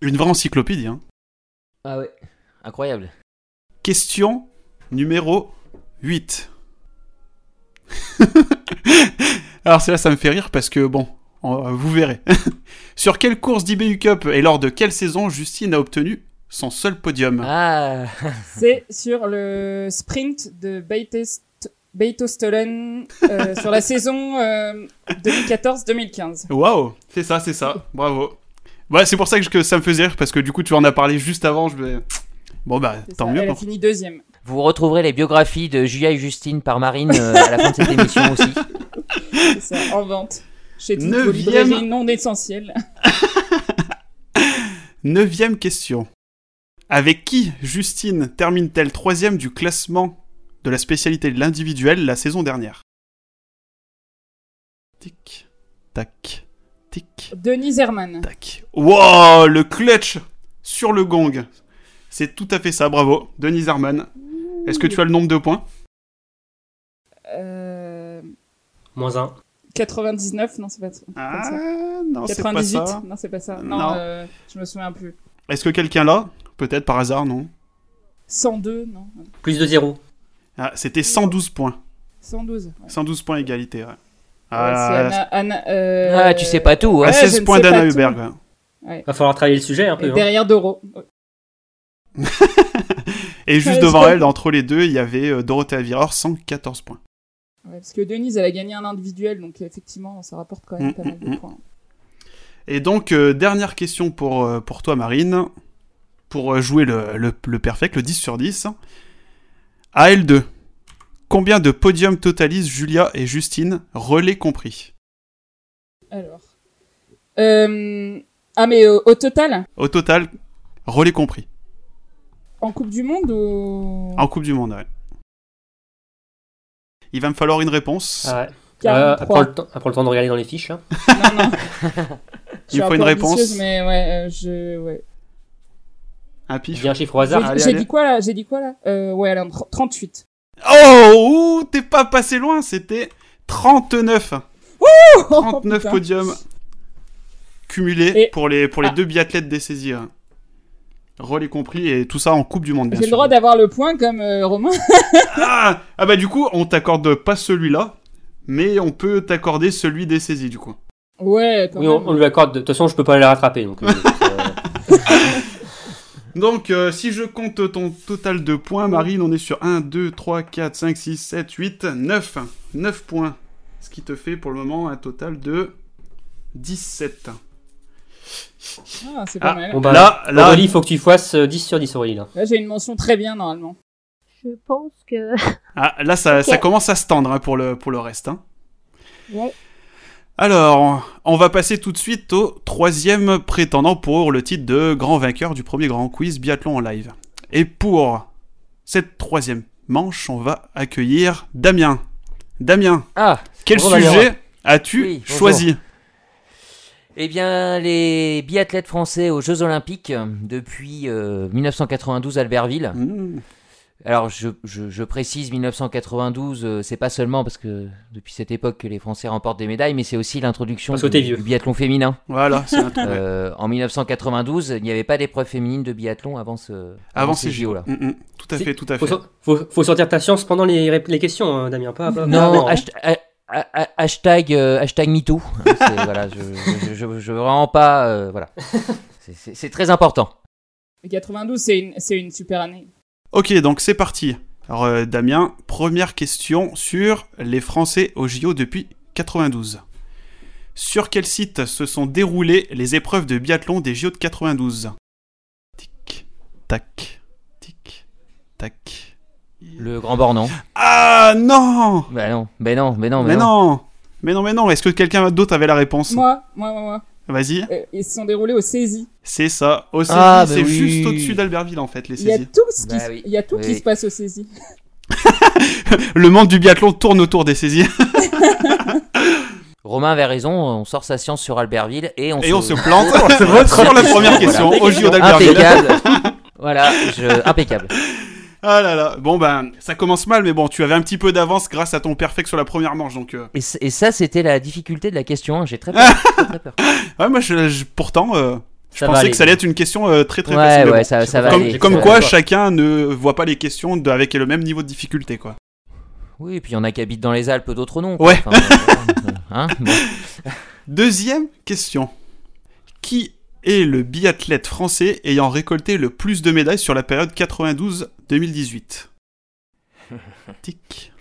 Une vraie encyclopédie. Hein.
Ah ouais. Incroyable.
Question numéro 8. Alors celle-là, ça me fait rire parce que, bon, on- vous verrez. Sur quelle course d'IBU Cup et lors de quelle saison Justine a obtenu son seul podium
Ah.
C'est sur le sprint de Beitest- Beitostolen euh, sur la saison euh, 2014-2015.
Waouh C'est ça, c'est ça. Bravo. Voilà, c'est pour ça que, je- que ça me faisait rire parce que du coup, tu en as parlé juste avant. Je me... Bon, bah,
C'est
tant
ça,
mieux.
Elle a
quoi.
fini deuxième.
Vous retrouverez les biographies de Julia et Justine par Marine euh, à la fin de cette émission aussi.
C'est ça, en vente. Chez toutes vos
Neuvième.
librairies non essentielles.
Neuvième question. Avec qui Justine termine-t-elle troisième du classement de la spécialité de l'individuel la saison dernière Tic, tac, tic,
Denise Herman.
tac. Wow, le clutch sur le gong. C'est tout à fait ça, bravo. Denise Arman, est-ce que tu as le nombre de points
Euh,
Moins un.
99, non, c'est pas ça. ça.
Ah, non, c'est pas
98,
ça.
non, c'est pas ça.
Non.
Non, euh, je me souviens plus.
Est-ce que quelqu'un l'a Peut-être par hasard, non
102, non.
Plus de zéro.
ah, C'était 112 points.
112. ouais.
112 points égalité, ouais. Ah,
Ouais, c'est Anna- Anna, euh,
Ah, tu sais pas tout,
à
hein.
Ouais, je
16
ne
points
sais pas
d'Anna
tout.
Huberg. ouais.
Va falloir travailler le sujet un
Et
peu. hein.
derrière Doro.
Et juste
Ouais,
devant
c'est-
elle, entre les deux, il y avait euh, Dorothea Viror, 114 points.
Ouais, parce que Denise, elle a gagné un individuel, donc effectivement, ça rapporte quand
Mm,
même pas mal de points.
Et donc, euh, dernière question pour, euh, pour toi, Marine, pour euh, jouer le, le, le perfect, le 10 sur 10. À L2, combien de podiums totalisent Julia et Justine, relais compris
Alors. Euh, ah, mais au, au total
Au total, relais compris.
En Coupe du Monde ou.
En Coupe du Monde, ouais. Il va me falloir une réponse.
Ah ouais. Euh,
43.
prends, le temps, prends le temps de regarder dans les fiches. hein.
Non, non. Je suis
faut
peu
une réponse.
ambitieuse, Mais ouais, euh, je. Ouais.
Un
Je
pif.
dis un chiffre au hasard.
allez,
J'ai- J'ai
allez.
dit quoi là J'ai dit quoi là euh, Ouais, alors, tr- 38.
Oh, ouh, t'es pas passé loin, c'était 39. 39
Oh, Putain.
podiums cumulés
Et-
pour les, pour les
Ah.
deux biathlètes dessaisis. hein. Relais compris, et tout ça en Coupe du Monde, bien
J'ai le
sûr.
droit d'avoir le point comme euh, Romain.
ah, Ah bah du coup, on t'accorde pas celui-là, mais on peut t'accorder celui des saisies, du coup.
Ouais, quand
Oui,
même.
on, on lui accorde. De toute façon, je peux pas la rattraper. Donc, euh, euh,
Donc, euh, si je compte ton total de points, Marine, on est sur 1, 2, 3, 4, 5, 6, 7, 8, 9. 9 points. Ce qui te fait pour le moment un total de 17.
Ah, c'est pas
Ah.
mal.
bon, bah,
Là, là-
Aurélie, il faut que tu fasses euh, 10 sur 10, Aurélie. Là.
Là, j'ai une mention très bien normalement.
Je pense que.
Ah, là, ça, ça
Ok.
commence à se tendre hein, pour, le, pour le reste. hein.
Ouais.
Alors, on va passer tout de suite au troisième prétendant pour le titre de grand vainqueur du premier grand quiz biathlon en live. Et pour cette troisième manche, on va accueillir Damien. Damien,
Ah.
quel
Bonjour, Damien.
sujet as-tu
Oui, bonjour.
choisi
Eh bien, les biathlètes français aux Jeux Olympiques euh, depuis euh, 1992 à Albertville.
Mmh.
Alors, je, je- je précise 1992, euh, c'est pas seulement parce que depuis cette époque que les Français remportent des médailles, mais c'est aussi l'introduction
Parce que
du,
t'es vieux.
du biathlon féminin.
Voilà, c'est un truc.
Euh, en 1992, il n'y avait pas d'épreuve féminine de biathlon avant ce avant,
Avant
ces JO là.
Mmh, mmh. Tout à
Si,
fait, tout à
Faut,
fait.
sor- faut, faut sortir ta science pendant les, rép- les questions, hein, Damien. Pas, pas-
Non,
pas-
ach- a- ha- ha- hashtag, euh, hashtag MeToo. hein, c'est- voilà, je, je, je- je veux vraiment pas. euh, voilà. C'est- C'est c'est très important.
Mais 92, c'est une, c'est une super année.
Ok, donc c'est parti. Alors euh, Damien, première question sur les Français au JO depuis 92. Sur quel site se sont déroulées les épreuves de biathlon des JO de 92 Tic, tac, tic, tac.
Le grand bornand.
Ah non
Bah non, mais non, mais non, mais,
Mais non Mais non, mais non, est-ce que quelqu'un d'autre avait la réponse
Moi, moi, moi, moi.
Vas-y,
Euh, ils se sont déroulés au saisie.
c'est ça. Au saisie,
Ah, bah
c'est
oui.
juste au-dessus d'Albertville en fait, les
Il y a
saisies.
tout, ce qui,
Bah
se-
oui.
il y a tout
Oui,
qui
oui.
se passe au saisie.
Le monde du biathlon tourne autour des saisies
Romain avait raison, on sort sa science sur Albertville et on
et
se. Ah,
on se plante sur la première question au JO d'Albertville.
impeccable. voilà, je- impeccable.
Ah là là, bon ben ça commence mal, mais bon, tu avais un petit peu d'avance grâce à ton perfect sur la première manche, donc euh,
Et, c- et ça, c'était la difficulté de la question. hein, J'ai très peur. très, très peur.
ouais, moi je, je- pourtant euh, je
Ça va
pensais
aller.
que ça allait être une question euh, très très facile.
Ouais,
mais
ouais,
bon.
ça, ça va
comme
aller.
comme
Ça va
quoi,
aller.
chacun ne voit pas les questions de- avec le même niveau de difficulté, quoi.
Oui, et puis il y en a qui habitent dans les Alpes, d'autres non. quoi.
Ouais.
Enfin, euh, hein, bon.
Deuxième question qui est le biathlète français ayant récolté le plus de médailles sur la période 92-2018 Tic.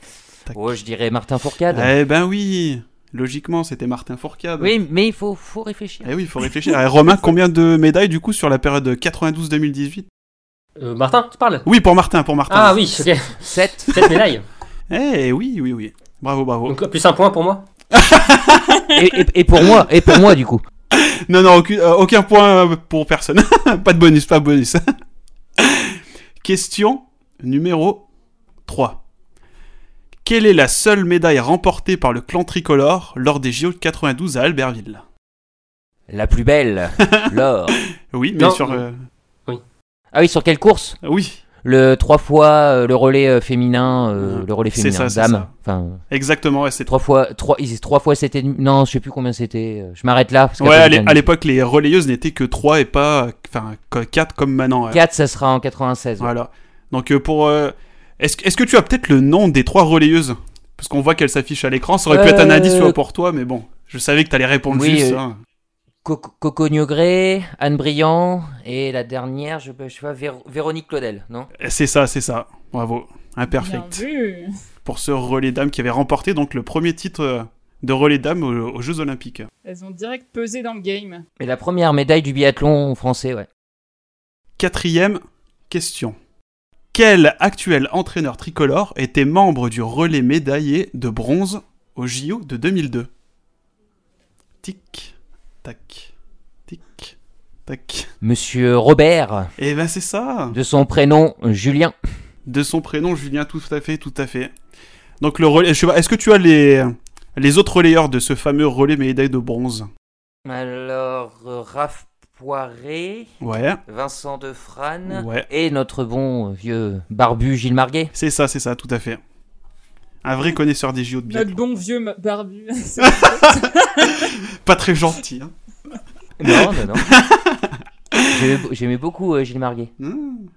Tac.
Oh, je dirais Martin Fourcade.
Eh ben oui, logiquement c'était Martin Fourcade.
Oui, mais il faut, faut réfléchir.
Eh oui, il faut réfléchir. Eh, Romain, combien de médailles du coup sur la période 92-2018
Euh, Martin, tu parles
Oui, pour Martin, pour Martin.
Ah oui, ok.
7
Cette médaille.
Eh oui, oui, oui. Bravo, bravo.
Donc plus un point pour moi.
et, et- et pour moi, et pour moi du coup.
Non, non, aucun, euh, aucun point euh, pour personne. pas de bonus, pas de bonus. Question numéro 3. Quelle est la seule médaille remportée par le clan tricolore lors des JO de 92 à Albertville
La plus belle, l'or.
Oui, mais
Non,
sur...
non.
euh,
Ah oui, sur quelle course
Oui,
Le 3 fois euh, le relais euh, féminin, euh,
Ouais.
le relais
C'est ça,
féminin,
c'est
dame.
ça.
Enfin,
exactement. ouais, c'est...
trois fois, trois, ils- trois fois c'était. Non, je sais plus combien c'était. euh, Je m'arrête là. Parce
Ouais, à l'é- à l'époque, les relayeuses n'étaient que 3 et pas... Enfin, 4 comme maintenant. ouais.
4, ça sera en 96. ouais.
Voilà. Donc euh, pour... euh, Est-ce, que- est-ce que tu as peut-être le nom des trois relayeuses Parce qu'on voit qu'elles s'affichent à l'écran. Ça aurait pu être un
Euh,
indice tu vois, pour toi, mais bon. Je savais que t'allais répondre
oui,
juste.
euh,
hein.
Co- Coco Niogré, Anne Briand et la dernière, je, peux- je sais pas, Véro- Véronique Claudel, non
C'est ça, c'est ça. Bravo.
Bien
Imperfect.
vu.
Pour ce relais dames qui avait remporté donc le premier titre euh, de relais dames aux, aux Jeux Olympiques.
Elles ont direct pesé dans le game.
Et la première médaille du biathlon français, ouais.
Quatrième question. Quel actuel entraîneur tricolore était membre du relais médaillé de bronze au JO de 2002 Tic, tac, tic, tac.
Monsieur Robert,
Eh ben c'est ça
de son prénom Julien.
De son prénom Julien, tout à fait, tout à fait. Donc le relais, je sais pas, est-ce que tu as les, les autres relayeurs de ce fameux relais médaille de bronze
Alors, euh, Raph Poiré,
Ouais,
Vincent Defrane
ouais.
et notre bon vieux barbu Gilles Marguet.
C'est ça, c'est ça, tout à fait. Un vrai connaisseur des JO de
Notre
biathlon.
bon vieux ma- barbu. C'est-
Pas très gentil. hein.
Non, non, non. J'aimais be- J'aimais beaucoup euh, Gilles Marguet.
Hmm.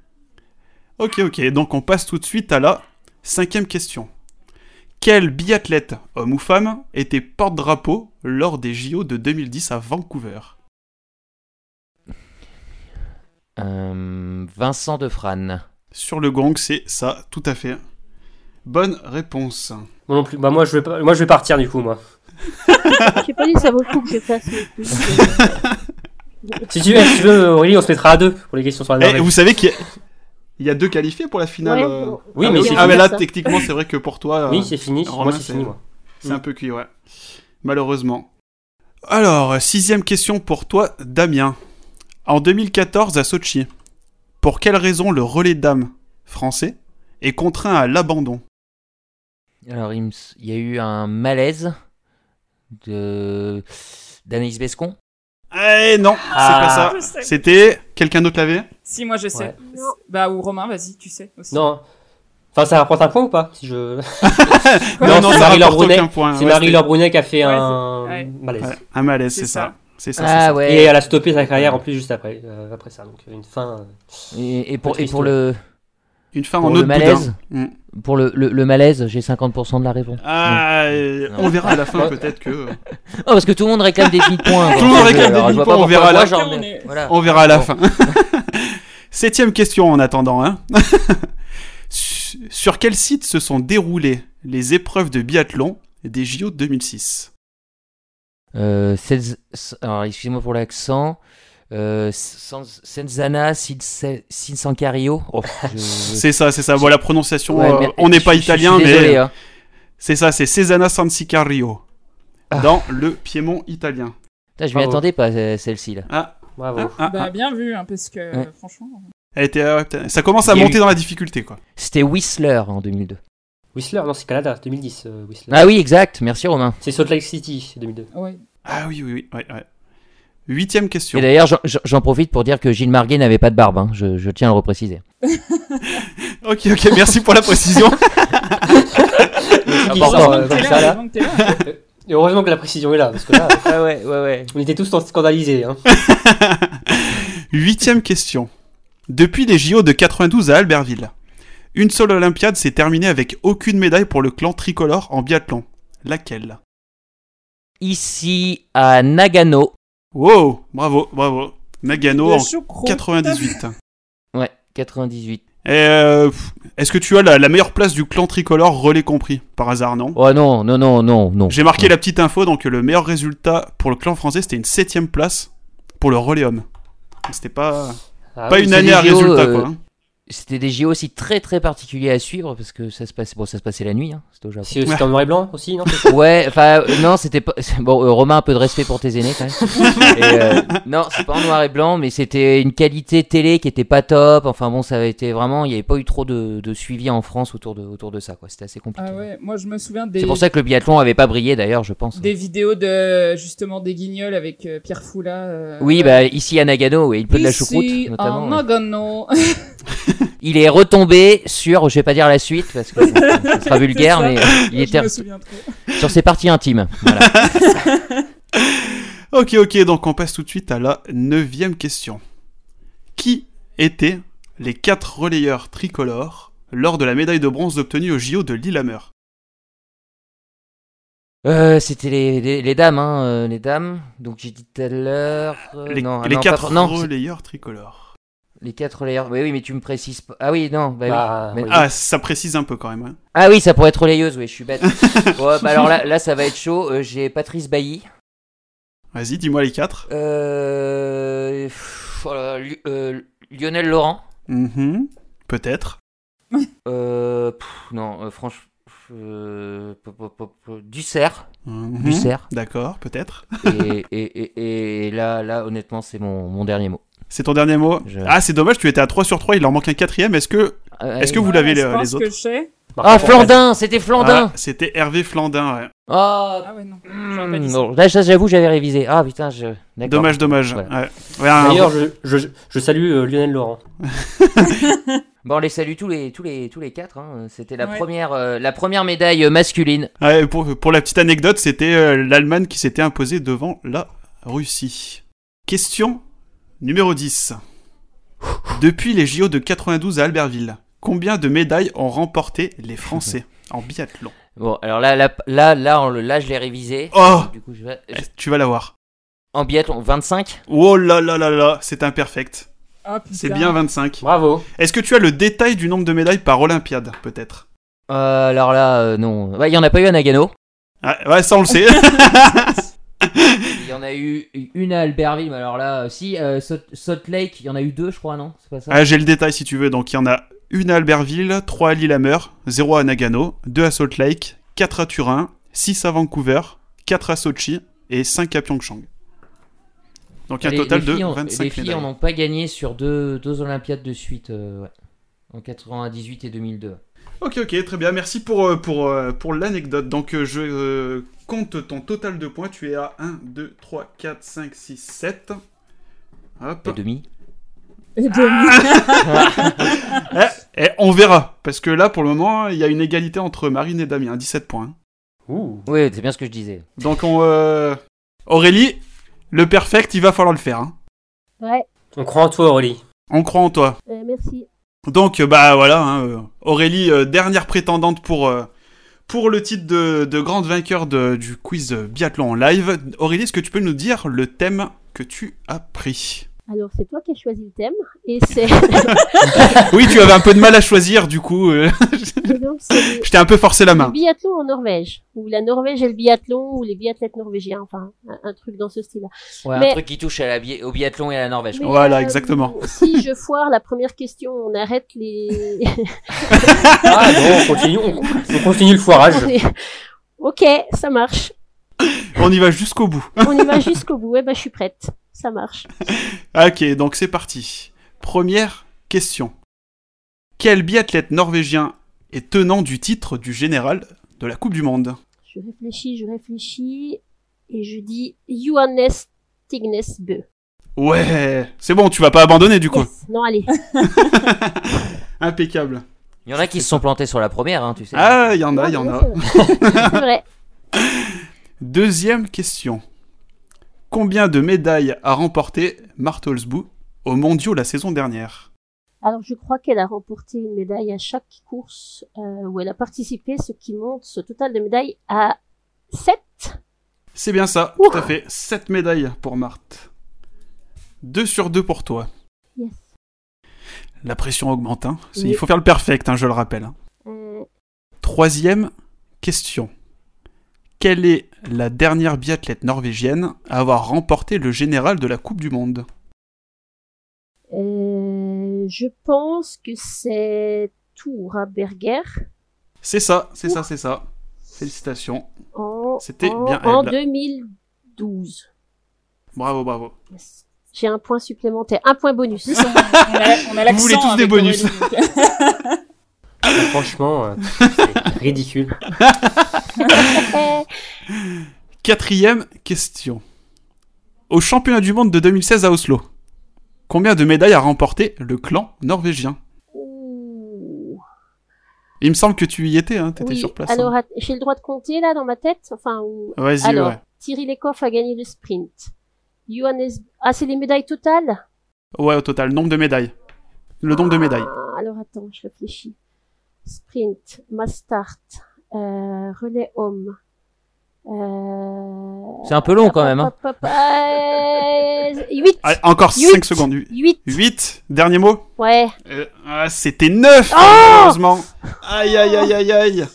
Ok, ok, donc on passe tout de suite à la cinquième question. Quel biathlète, homme ou femme, était porte-drapeau lors des JO de 2010 à Vancouver
Euh, Vincent Defrane.
Sur le gong, c'est ça, tout à fait. Bonne réponse.
Moi non plus. Bah moi je vais pas- moi je vais partir du coup moi.
Je sais pas si ça vaut le coup que je fasse le quiz.
Si tu veux, si tu veux Aurélie, on se mettra à deux pour les questions sur la
Eh,
Norvège.
vous savez qu'il y, a- il y a deux qualifiés pour la finale.
Ouais,
euh.
bon.
Oui,
Ah,
mais
oui.
c'est
ah, mais là,
ça.
techniquement, c'est vrai que pour toi, euh,
Oui, c'est fini.
Romain,
moi c'est
c'est-
fini moi.
c'est un peu cuit, ouais. Malheureusement. Alors, euh, sixième question pour toi, Damien. En 2014, à Sochi, pour quelle raison le relais dames français est contraint à l'abandon
Alors, il, me s- il y a eu un malaise de d'Anaïs Bescon.
Eh non,
Ah.
c'est pas
Je
ça.
sais.
C'était quelqu'un d'autre l'avait
Si, moi je sais.
Ouais.
Non.
Bah, ou Romain, vas-y, tu sais aussi.
Non. hein. Enfin ça rapporte un point ou pas si je...
Quoi
Non, c'est Marie-Laure
rapporte
Brunet.
aucun point.
C'est
Ah, Ouais,
Marie-Laure Brunet qui a fait
Ouais,
un
c'est- ouais.
malaise.
c'était- ouais, un malaise,
C'est
c'est ça.
ça.
C'est ça. c'est
Ah
ça. euh,
Et
ouais.
elle a stoppé sa carrière en plus juste après, euh, après ça. Donc une fin. euh,
Et, et pour, et
Triste,
pour
ouais.
le
Une fin
pour
en
le
autre boudin.
malaise.
Mm.
Pour le, le- le malaise, j'ai 50% de la réponse.
Ah, euh,
Non.
on verra à la fin peut-être que. euh,
Oh, parce que tout le monde réclame des billes de points.
Tout le monde réclame des billes de points, on verra
là.
là.
Voilà.
On verra à la
Bon.
fin. Septième question en attendant. hein. Su- Sur quel site se sont déroulées les épreuves de biathlon des JO 2006
Euh, Senz- alors, excusez-moi pour l'accent. Euh, Senz- Senzana, Sin- Sinsancario. Oh, je-
C'est ça, c'est ça. Voilà la prononciation.
Ouais,
euh,
merde.
on n'est pas
Je- je- je suis
italien,
désolé,
mais
hein.
c'est ça, c'est Cesana Sansicario.
Ah.
Dans le Piémont italien.
Putain, je m'y
Bravo.
attendais pas, euh, celle-ci, là.
Ah,
Oh.
Bravo.
ah, ah,
Bah, bien vu, hein, parce que
Ouais.
franchement.
Elle était- ah ouais, putain, ça commence à
Il y a
monter
eu-
dans la difficulté, quoi.
C'était Whistler en 2002.
Whistler, non, c'est Canada, 2010. euh, Whistler.
Ah oui, exact. Merci, Romain.
C'est Salt Lake City, 2002.
Ouais.
Ah oui, oui, oui. ouais, ouais. Huitième question.
Et d'ailleurs, j'en- j'en j'en profite pour dire que Gilles Marguet n'avait pas de barbe. hein. Je, je tiens à le repréciser.
Ok, ok, merci pour la précision. Ah,
Le
Important,
qui sort, euh,
ouais,
comme
ouais.
ça.
ça, là.
heureusement que t'es là.
Et heureusement que la précision est là, parce que là,
Ah ouais, ouais, ouais.
on était tous scandalisés. Hein.
Huitième question. Depuis les JO de 92 à Albertville, une seule Olympiade s'est terminée avec aucune médaille pour le clan tricolore en biathlon. Laquelle
Ici, à Nagano.
Wow, bravo, bravo. Nagano en
Le choucroute.
98.
Ouais, 98.
Et, euh, pff, Est-ce que tu as la, la meilleure place du clan tricolore relais compris Par hasard, non
Oh non, non, non, non, non.
J'ai marqué la petite info, donc euh, le meilleur résultat pour le clan français, c'était une septième place pour le relais homme. C'était pas,
Ah
pas
oui,
une
c'est
année
des
à
JO,
résultat,
euh,
quoi. hein.
C'était des JO aussi très très particuliers à suivre parce que ça se passait, bon, ça se passait la nuit, hein, c'était au Japon.
c'est- C'était en noir et blanc aussi, non
Ah
Ouais, enfin, euh, non, c'était pas. c'est- Bon, euh, Romain, un peu de respect pour tes aînés quand même. Et, euh, non, c'est pas en noir et blanc, mais c'était une qualité télé qui était pas top. Enfin bon, ça avait été vraiment. Il n'y avait pas eu trop de, de suivi en France autour de, autour de ça, quoi. C'était assez compliqué.
Ah ouais, moi je me souviens des,
C'est pour ça que le biathlon avait pas brillé d'ailleurs, je pense.
des vidéos de justement des guignols avec euh, Pierre Foula. euh,
Oui, bah ici à Nagano, oui, il peut de la
ici,
choucroute,
en
notamment. ouais.
Nagano.
Il est retombé sur, je vais pas dire la suite parce que bon, ce sera vulgaire,
C'est
mais euh, il
Je
était
me souviens trop.
sur ses parties intimes. Voilà.
Ok, ok, donc on passe tout de suite à la neuvième question. Qui étaient les quatre relayeurs tricolores lors de la médaille de bronze obtenue au JO de Lillehammer
Euh, c'était les, les, les dames, hein, euh, les dames. Donc j'ai dit tout à l'heure. euh,
Les,
non, ah
les
non, pas
quatre
pour- non, c'est-
relayeurs tricolores.
les quatre relayeurs. Oui, oui, mais tu me précises pas. Ah oui, non. Bah, oui.
Bah,
Mais-
oui.
Ah, ça précise un peu quand même. hein.
Ah oui, ça pourrait être relayeuse, oui, je suis bête. ouais, bah alors là, là, ça va être chaud. Euh, j'ai Patrice Bailly.
Vas-y, dis-moi les quatre.
Euh... pff, oh là là, Lu- euh, Lionel Laurent.
Mhm, Peut-être.
Euh... pff, non, euh, franchement. Euh, pop, pop, pop, pop, Ducerre.
Mhm,
Ducerre.
D'accord, peut-être.
et, et, et, et là, là, honnêtement, c'est mon, mon dernier mot.
C'est ton dernier mot
Je-
Ah, c'est dommage, tu étais à 3 sur 3, il leur manque un quatrième. Est-ce que...
Euh,
Est-ce que vous
Ouais,
l'avez,
je
les-
pense
les
que
autres
je sais.
Ah, Flandin C'était Flandin
Ah, C'était Hervé Flandin, ouais.
Ah,
Ah ouais, non. j'aurais pas dit
Hmm,
ça.
non, Là, ça, j'avoue, j'avais révisé. Ah putain, je. d'accord.
Dommage, dommage.
Voilà.
ouais. Ouais, un-
D'ailleurs, je, je, je salue euh, Lionel Laurent.
Bon, on les salue tous les tous les tous les quatre. hein. C'était la
Ouais.
première euh, la première médaille euh, masculine.
Ouais, Ah, pour, pour la petite anecdote, c'était euh, l'Allemagne qui s'était imposée devant la Russie. Question numéro 10. Depuis les JO de 92 à Albertville, combien de médailles ont remporté les Français en biathlon
Bon, alors là là là là, on le- là je l'ai révisé.
Oh
Du coup, je vais-
Eh, Tu vas l'avoir.
En biathlon, 25.
Oh là là là là, c'est imperfect.
Ah, putain.
C'est bien 25.
Bravo.
Est-ce que tu as le détail du nombre de médailles par Olympiade, peut-être
Euh, alors là, euh, non. Bah, Il y en a pas eu à Nagano.
Ah, Ouais, ça on le sait.
Il y en a eu une à Albertville. Mais alors là, euh, si euh, Salt Salt Lake, il y en a eu deux, je crois, non C'est pas ça
Ah, J'ai le détail si tu veux. Donc il y en a une à Albertville, trois à Lillehammer, zéro à Nagano, deux à Salt Lake, quatre à Turin, six à Vancouver, quatre à Sochi et cinq à Pyeongchang. Donc un
Les-
total
les
de
filles ont-
25
Les filles
médailles.
en ont pas gagné sur deux deux Olympiades de suite. euh, ouais. En 98 et 2002.
Ok, ok, très bien. Merci pour, euh, pour, euh, pour l'anecdote. Donc euh, je euh, compte ton total de points. Tu es à 1, 2, 3, 4, 5, 6, 7. Hop.
Et demi.
Et demi.
Ah. Eh, on verra. Parce que là, pour le moment, il y a une égalité entre Marine et Damien. 17 points.
Ouh.
Oui, c'est bien ce que je disais.
Donc on... euh, Aurélie, le perfect, il va falloir le faire. hein.
Ouais,
On croit en toi, Aurélie.
On croit en toi.
euh, merci.
Donc, euh, bah voilà, hein, euh, Aurélie, euh, dernière prétendante pour, euh, pour le titre de, de grande vainqueur de- du quiz euh, biathlon en live. Aurélie, est-ce que tu peux nous dire le thème que tu as pris
Alors, c'est toi qui as choisi le thème, et c'est.
Oui, tu avais un peu de mal à choisir, du coup, euh,
et donc, c'est le-
je t'ai un peu forcé la
le
main.
biathlon en Norvège, ou la Norvège et le biathlon, ou les biathlètes norvégiens, enfin, un, un truc dans ce style-là.
Ouais,
Mais-
un truc qui touche à la bi- au biathlon et à la Norvège. quoi.
Mais, euh,
Voilà, exactement.
Si je foire la première question, on arrête les.
Ah non, on continue, on, on continue le foirage.
On est- ok, ça marche.
On y va jusqu'au bout.
On y va jusqu'au bout. Eh ben, je suis prête. Ça marche.
Ok, donc c'est parti. Première question. Quel biathlète norvégien est tenant du titre du général de la Coupe du Monde
Je réfléchis, je réfléchis, et je dis Johannes Tignesbø.
Ouais, c'est bon, tu vas pas abandonner du coup.
Yes. Non, allez.
Impeccable.
Il y en a qui se sont plantés sur la première, hein, tu sais.
Ah, il y en a, il y en a.
C'est vrai.
Deuxième question. Combien de médailles a remporté Martelsbu aux mondiaux la saison dernière
Alors, je crois qu'elle a remporté une médaille à chaque course euh, où elle a participé, ce qui monte ce total de médailles à 7.
C'est bien ça,
Ouh.
tout à fait. 7 médailles pour Marthe. 2 sur 2 pour toi.
Yes.
La pression augmente, hein. C'est-
Oui.
Il faut faire le perfect, hein, je le rappelle. hein.
Euh,
Troisième question. Quelle est la dernière biathlète norvégienne à avoir remporté le général de la Coupe du Monde
euh, je pense que c'est Toura Berger
C'est ça, c'est ça, c'est ça. Félicitations.
en,
C'était
en-
bien
en
elle.
2012.
Bravo, bravo.
Yes. J'ai un point supplémentaire, un point bonus.
plus, on, on a, on a l'accent
Vous voulez tous
avec
des bonus.
Aurélie, donc. euh,
Franchement, euh, c'est ridicule.
Eh,
Quatrième question. Au championnat du monde de 2016 à Oslo, combien de médailles a remporté le clan norvégien
ouh.
Il me semble que tu y étais, hein, t'étais
Oui,
sur place.
Alors,
hein.
att- j'ai le droit de compter là dans ma tête Enfin, ou-
Vas-y,
alors,
ouais.
Thierry Lecoff a gagné le sprint. Johannes... Ah, c'est les médailles totales
Ouais, au total, nombre de médailles. Le nombre de médailles.
Ah, Alors, attends, je réfléchis. Sprint, mass start, euh, relais homme. Euh...
C'est un peu long quand même. Hein.
8
Allez, Ah, encore
Euh, Huit.
5 secondes.
8
8, dernier mot
Ouais,
Euh, ah, C'était 9,
Oh
malheureusement. Aïe, aïe, aïe, aïe, aïe.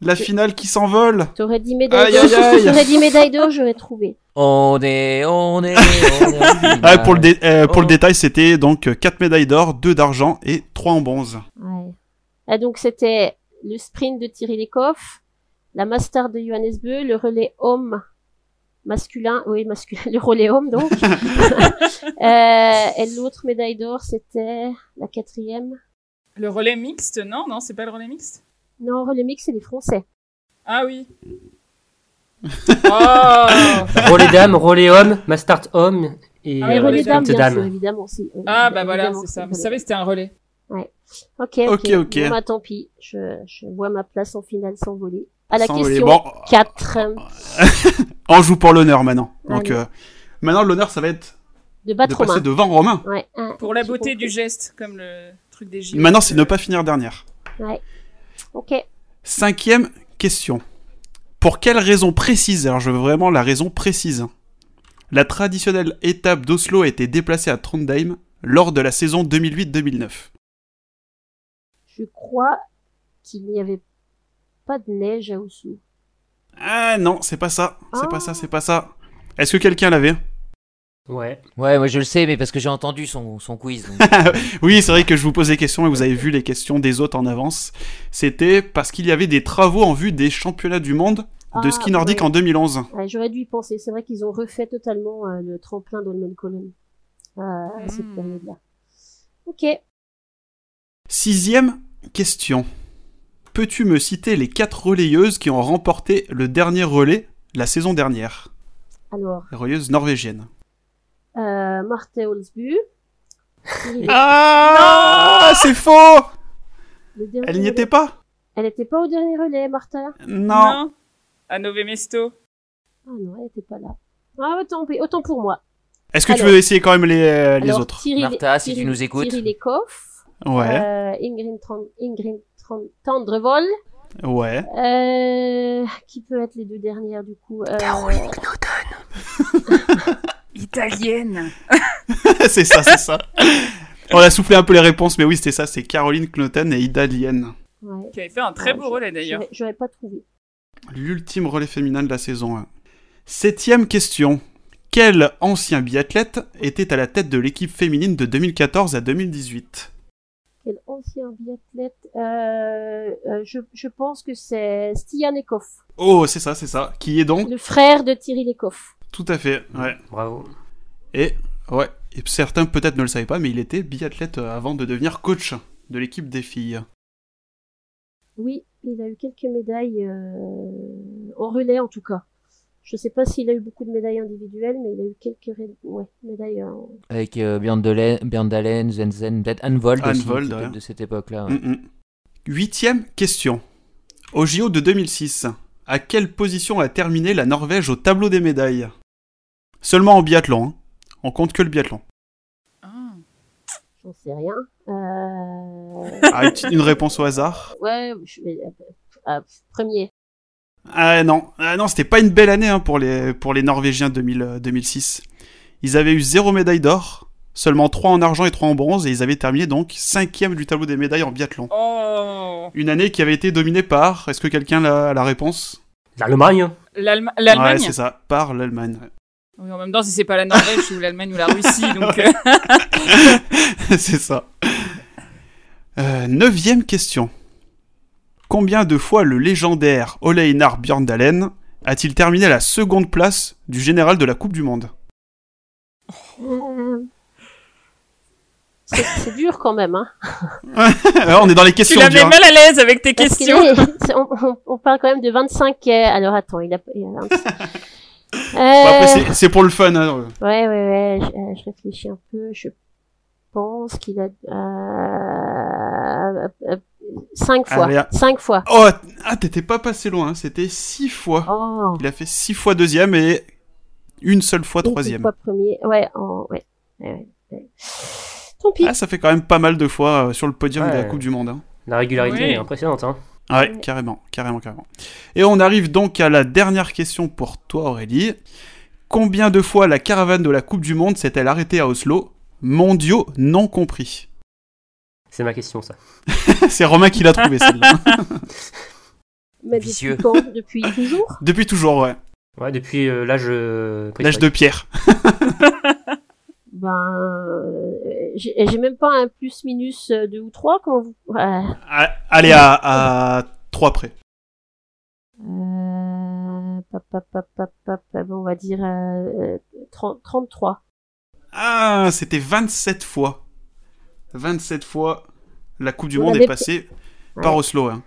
La finale qui s'envole.
t'aurais dit médaille
Aïe,
d'or.
aïe, aïe.
T'aurais dit médaille d'or, j'aurais trouvé.
On est, on est, on est. en finale.
Ah,
Bah,
pour le, dé- euh, pour le
Oh.
détail, c'était donc 4 médailles d'or, 2 d'argent et 3 en bronze.
Ouais. Ah, donc c'était le sprint de Thierry Lecoff, la master de Johannes Beu, le relais homme masculin, oui masculin, le relais homme donc. Euh, et l'autre médaille d'or c'était la quatrième.
Le relais mixte, non, non, c'est pas le relais mixte.
Non, relais mix c'est les Français.
Ah oui. Oh
Relais dames, relais hommes, ma start homme et
Ah
Les
oui,
euh,
relais
sprint
dames,
dames.
bien sûr, évidemment. si, euh,
Ah bah voilà,
évidemment,
c'est ça.
le
Mais vous
relais.
savez, c'était un relais.
Ok,
Ok,
ok.
ok.
Bon, bah, tant pis, je, je vois ma place en finale s'envoler. À Ah, la
Sans voler.
question
Bon,
4 euh,
on joue pour l'honneur maintenant. Donc,
Allez.
euh, maintenant, l'honneur, ça va être
de
de
battre
passer
Romain.
devant Romain.
Ouais, un-
Pour la
j'ai
beauté
compris.
du geste, comme le truc des gilets.
Maintenant, c'est ne pas finir dernière.
Ok.
Cinquième question. Pour quelle raison précise, alors je veux vraiment la raison précise, la traditionnelle étape d'Oslo a été déplacée à Trondheim lors de la saison 2008-2009
Je crois qu'il n'y avait pas de neige à Oslo.
Ah non, c'est pas ça, c'est
Ah.
pas ça, c'est pas ça. Est-ce que quelqu'un l'avait
Ouais.
Ouais, moi je le sais, mais parce que j'ai entendu son, son quiz. donc.
Oui, c'est vrai que je vous pose des questions et vous avez vu les questions des autres en avance. C'était parce qu'il y avait des travaux en vue des championnats du monde de
Ah,
ski nordique
ouais.
en 2011.
Ouais, J'aurais dû y penser. C'est vrai qu'ils ont refait totalement euh, le tremplin d'Olmenkollen euh, à cette
Hmm.
période-là. Ok.
Sixième question. Peux-tu me citer les quatre relayeuses qui ont remporté le dernier relais la saison dernière
Alors,
Les relayeuses norvégiennes.
euh, Marthe Olsbu. Cyril-
Ah C'est faux
le dernier
Elle n'y
relais-
était pas
Elle n'était pas au dernier relais, Ah Martha.
Non.
À Nové Mesto.
Ah non, elle n'était pas là. Ah, autant, autant pour moi.
Est-ce que tu
Alors-
veux essayer quand même les, les
Alors,
autres
Thierry-
Martha, si tu
Thierry-
nous écoutes.
Thierry Lecoff,
Ouais,
euh, Ingrid, Tran- Ingrid Tran- Tendrevol,
ouais.
euh, qui peut être les deux dernières du coup. euh,
Ah
Italienne.
c'est ça, c'est ça. On a soufflé un peu les réponses, mais oui, c'était ça. C'est Caroline Knoten et Ida Lien.
ouais.
Qui avait fait un très beau relais d'ailleurs.
J'aurais- J'aurais pas trouvé.
L'ultime relais féminin de la saison 1. Septième question. Quel ancien biathlète était à la tête de l'équipe féminine de 2014 à 2018
Quel ancien biathlète euh, euh, je, je pense que c'est Stianekov,
Oh, c'est ça, c'est ça. Qui est donc
le frère de Thierry Lekov.
Tout à fait, ouais.
Bravo.
Et, ouais, et certains peut-être ne le savaient pas, mais il était biathlète avant de devenir coach de l'équipe des filles.
Oui, il a eu quelques médailles euh, en relais en tout cas. Je sais pas s'il a eu beaucoup de médailles individuelles, mais il a eu quelques ré- ouais, médailles en...
Avec euh, Björn Dele- Björn Dalen, Zenzen, peut-être Anvold aussi,
Anvold,
qui était
ouais. Mm.
de cette époque-là. ouais.
Mm-mm. Huitième question. Au JO de 2006, à quelle position a terminé la Norvège au tableau des médailles Seulement en biathlon, hein. on compte que le biathlon.
Ah.
J'en sais rien. Euh...
Ah, une- une réponse au hasard
ouais, je vais... ah, premier.
Ah non, ah, non c'était pas une belle année hein, pour, les, pour les Norvégiens 2000, euh, 2006. Ils avaient eu zéro médaille d'or, seulement trois en argent et trois en bronze, et ils avaient terminé donc cinquième du tableau des médailles en biathlon.
Oh
Une année qui avait été dominée par, est-ce que quelqu'un a la réponse
L'Allemagne.
L'Allem-
Ouais,
L'Allemagne
c'est ça, par l'Allemagne. ouais.
Oui, en même temps, si c'est pas la Norvège ou l'Allemagne ou la Russie, donc euh,
C'est ça. Euh, neuvième question. Combien de fois le légendaire Ole Einar Bjørndalen a-t-il terminé à la seconde place du général de la Coupe du Monde
Euh, C'est c'est dur quand même, hein.
Alors, Euh, On est dans les
tu
questions
la mets
dures.
mal à l'aise avec tes
Parce qu'il
questions.
est- on, on- on parle quand même de 25. euh, Alors attends, il a. il a 25.
Bon, après,
Euh,
c'est- c'est pour le fun. hein.
ouais, ouais, ouais. Je, euh, je réfléchis un peu. Je pense qu'il a. Euh, euh, euh, cinq fois.
Allez, ah.
cinq fois.
Oh, ah, t'étais pas passé loin. hein. C'était six fois.
Oh.
Il a fait six fois deuxième et une seule fois
une
troisième.
fois premier. Ouais, en- ouais. ouais, ouais, ouais. Tant pis.
Ah, ça fait quand même pas mal de fois euh, sur le podium de la
Ouais.
Coupe du Monde. hein.
La régularité
Oui.
est impressionnante. Hein.
Ouais,
Ouais.
carrément, carrément, carrément. Et on arrive donc à la dernière question pour toi, Aurélie. Combien de fois la caravane de la Coupe du Monde s'est-elle arrêtée à Oslo Mondiaux non compris.
C'est ma question, ça.
C'est Romain qui l'a trouvé, celle-là.
Mais
Vicieux.
depuis quand Depuis toujours
Depuis toujours, ouais.
Ouais, depuis euh, l'âge. euh,
L'âge de pierre.
Ben, euh, j'ai j'ai même pas un plus-minus euh, deux ou trois. Comment vous euh, Ouais.
Ah, Allez, à, à 3 près.
Euh, pop, pop, pop, pop, pop, euh, bon, on va dire euh, euh, 30 33.
Ah, c'était 27 fois. 27 fois la Coupe du
On
Monde est
avait-
passée par
Ouais.
Oslo. hein.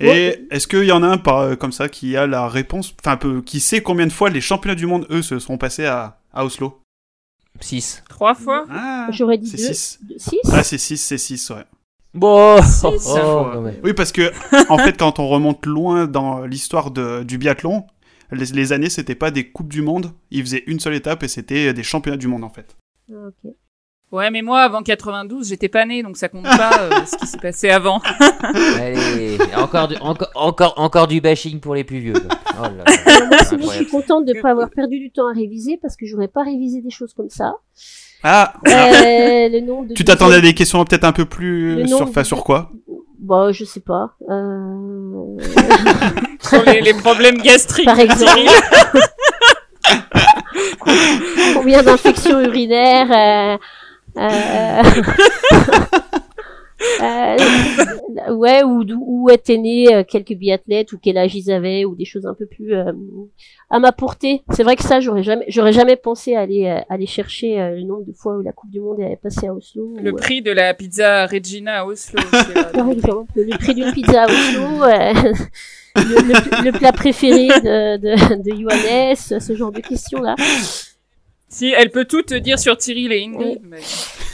Ouais.
Et est-ce qu'il y en a un par, euh, comme ça qui a la réponse, enfin un peu, qui sait combien de fois les championnats du monde, eux, se sont passés à, à Oslo
Six.
Trois fois
Ah,
J'aurais dit
c'est
2.
6.
6
Ah, c'est 6, c'est 6, ouais.
Bon,
Oh,
ça faut- hein.
quand même.
Oui, parce que, en fait, quand on remonte loin dans l'histoire de- du biathlon, les, les années, c'était pas des Coupes du Monde, ils faisaient une seule étape et c'était euh, des championnats du monde, en fait.
Ah, Ok.
Ouais, mais moi, avant 92, j'étais pas née, donc ça compte pas euh, ce qui s'est passé avant.
Allez, encore du, encore, encore, encore du bashing pour les plus vieux. quoi. Oh là là.
Alors, moi, sinon, je suis
Incroyable.
contente de ne pas avoir perdu du temps à réviser parce que j'aurais pas révisé des choses comme ça.
Ah,
Euh, le nombre de
tu t'attendais à des questions peut-être un peu plus
Le
sur,
nombre
enfin,
de-
sur quoi
Bon, je sais pas. Euh...
Sur les, les problèmes gastriques.
Par
de
exemple.
Cyril.
Combien d'infections urinaires euh... euh, euh, ouais, ou d'où- où étaient nés euh, quelques biathlètes, ou quel âge ils avaient, ou des choses un peu plus euh, à ma portée. C'est vrai que ça, j'aurais jamais, j'aurais jamais pensé à aller, euh, aller chercher euh, le nombre de fois où la Coupe du Monde est passée à Oslo.
Le
ou, euh,
prix de la pizza Regina à Oslo. c'est là.
par exemple, le prix d'une pizza à Oslo, euh, le, le- le plat préféré de, de, de Johannes, ce genre de questions-là.
si, elle peut tout te dire sur Thierry et Ingrid. mais-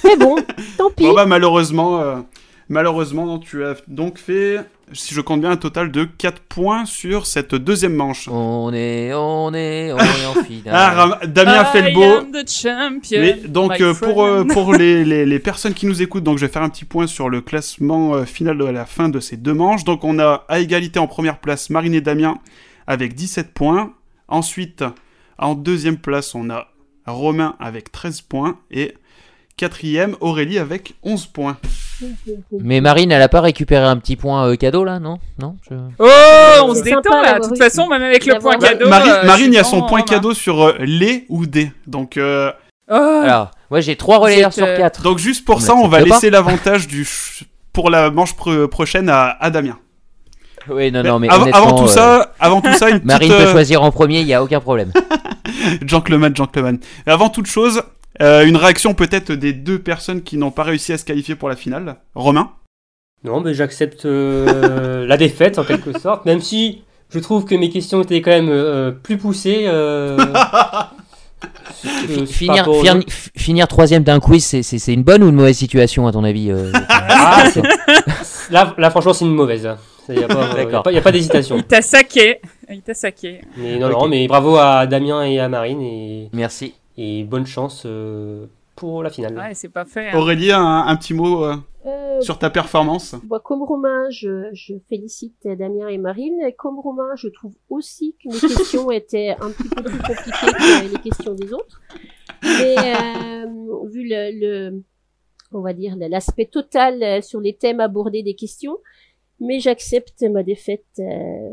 Mais bon, tant pis.
Bon bah malheureusement, euh, malheureusement tu as donc fait si je compte bien, un total de 4 points sur cette deuxième manche.
On est, on est, on est en finale.
Ah, Ram- Damien fait le
I
beau.
am the champion.
Mais donc
my
euh, pour, euh,
friend.
pour les, les, les personnes qui nous écoutent, donc je vais faire un petit point sur le classement euh, final de la fin de ces deux manches. Donc on a à égalité en première place Marine et Damien avec 17 points. Ensuite, en deuxième place, on a Romain avec 13 points. Et quatrième, Aurélie avec 11 points.
Mais Marine, elle a pas récupéré un petit point euh, cadeau là, non Non je-
Oh, on
C'est
se détend
sympa
là.
d'avoir
De toute
eu-
façon, même avec le
d'avoir
point
eu-
cadeau.
Marine,
euh, je
Marine, il y a
suis
son
dans,
point
hein.
cadeau sur euh, les ou des. Donc, euh,
Oh,
Alors, moi j'ai trois relayeurs
Vous êtes,
sur
euh,
4.
donc juste pour
On
ça, on va
l'accepte pas
laisser l'avantage du ch- pour la manche pro- prochaine à, à Damien.
Oui, non, non, mais
avant,
honnêtement,
avant tout
euh,
ça, avant tout ça, une petite,
Marine
euh,
peut choisir en premier, il y a aucun problème.
Gentleman, gentleman. Et avant toute chose, euh, une réaction peut-être des deux personnes qui n'ont pas réussi à se qualifier pour la finale. Romain
Non, mais j'accepte euh, la défaite en quelque sorte, même si je trouve que mes questions étaient quand même euh, plus poussées. euh, que- par
Finir,
rapport aux
finir-
autres.
f- finir troisième d'un quiz, c'est- c'est c'est une bonne ou une mauvaise situation à ton avis euh,
Ah, c'est- là, là, franchement, c'est une mauvaise. Il n'y a pas, euh, y a
D'accord.
pas- y a pas d'hésitation.
il t'a saqué. Il t'a saqué.
Euh.
Mais non, non, mais bravo à Damien et à Marine et,
Merci.
et bonne chance euh, pour la finale.
Ouais, c'est pas fait. hein.
Aurélie, un, un petit mot euh,
Euh,
sur ta performance
Moi, comme Romain, je, je félicite Damien et Marine. Et Comme Romain, je trouve aussi que mes questions étaient un petit peu plus compliquées que les questions des autres. Mais euh, vu le, le- on va dire, l'aspect total euh, sur les thèmes abordés des questions, mais j'accepte ma défaite euh,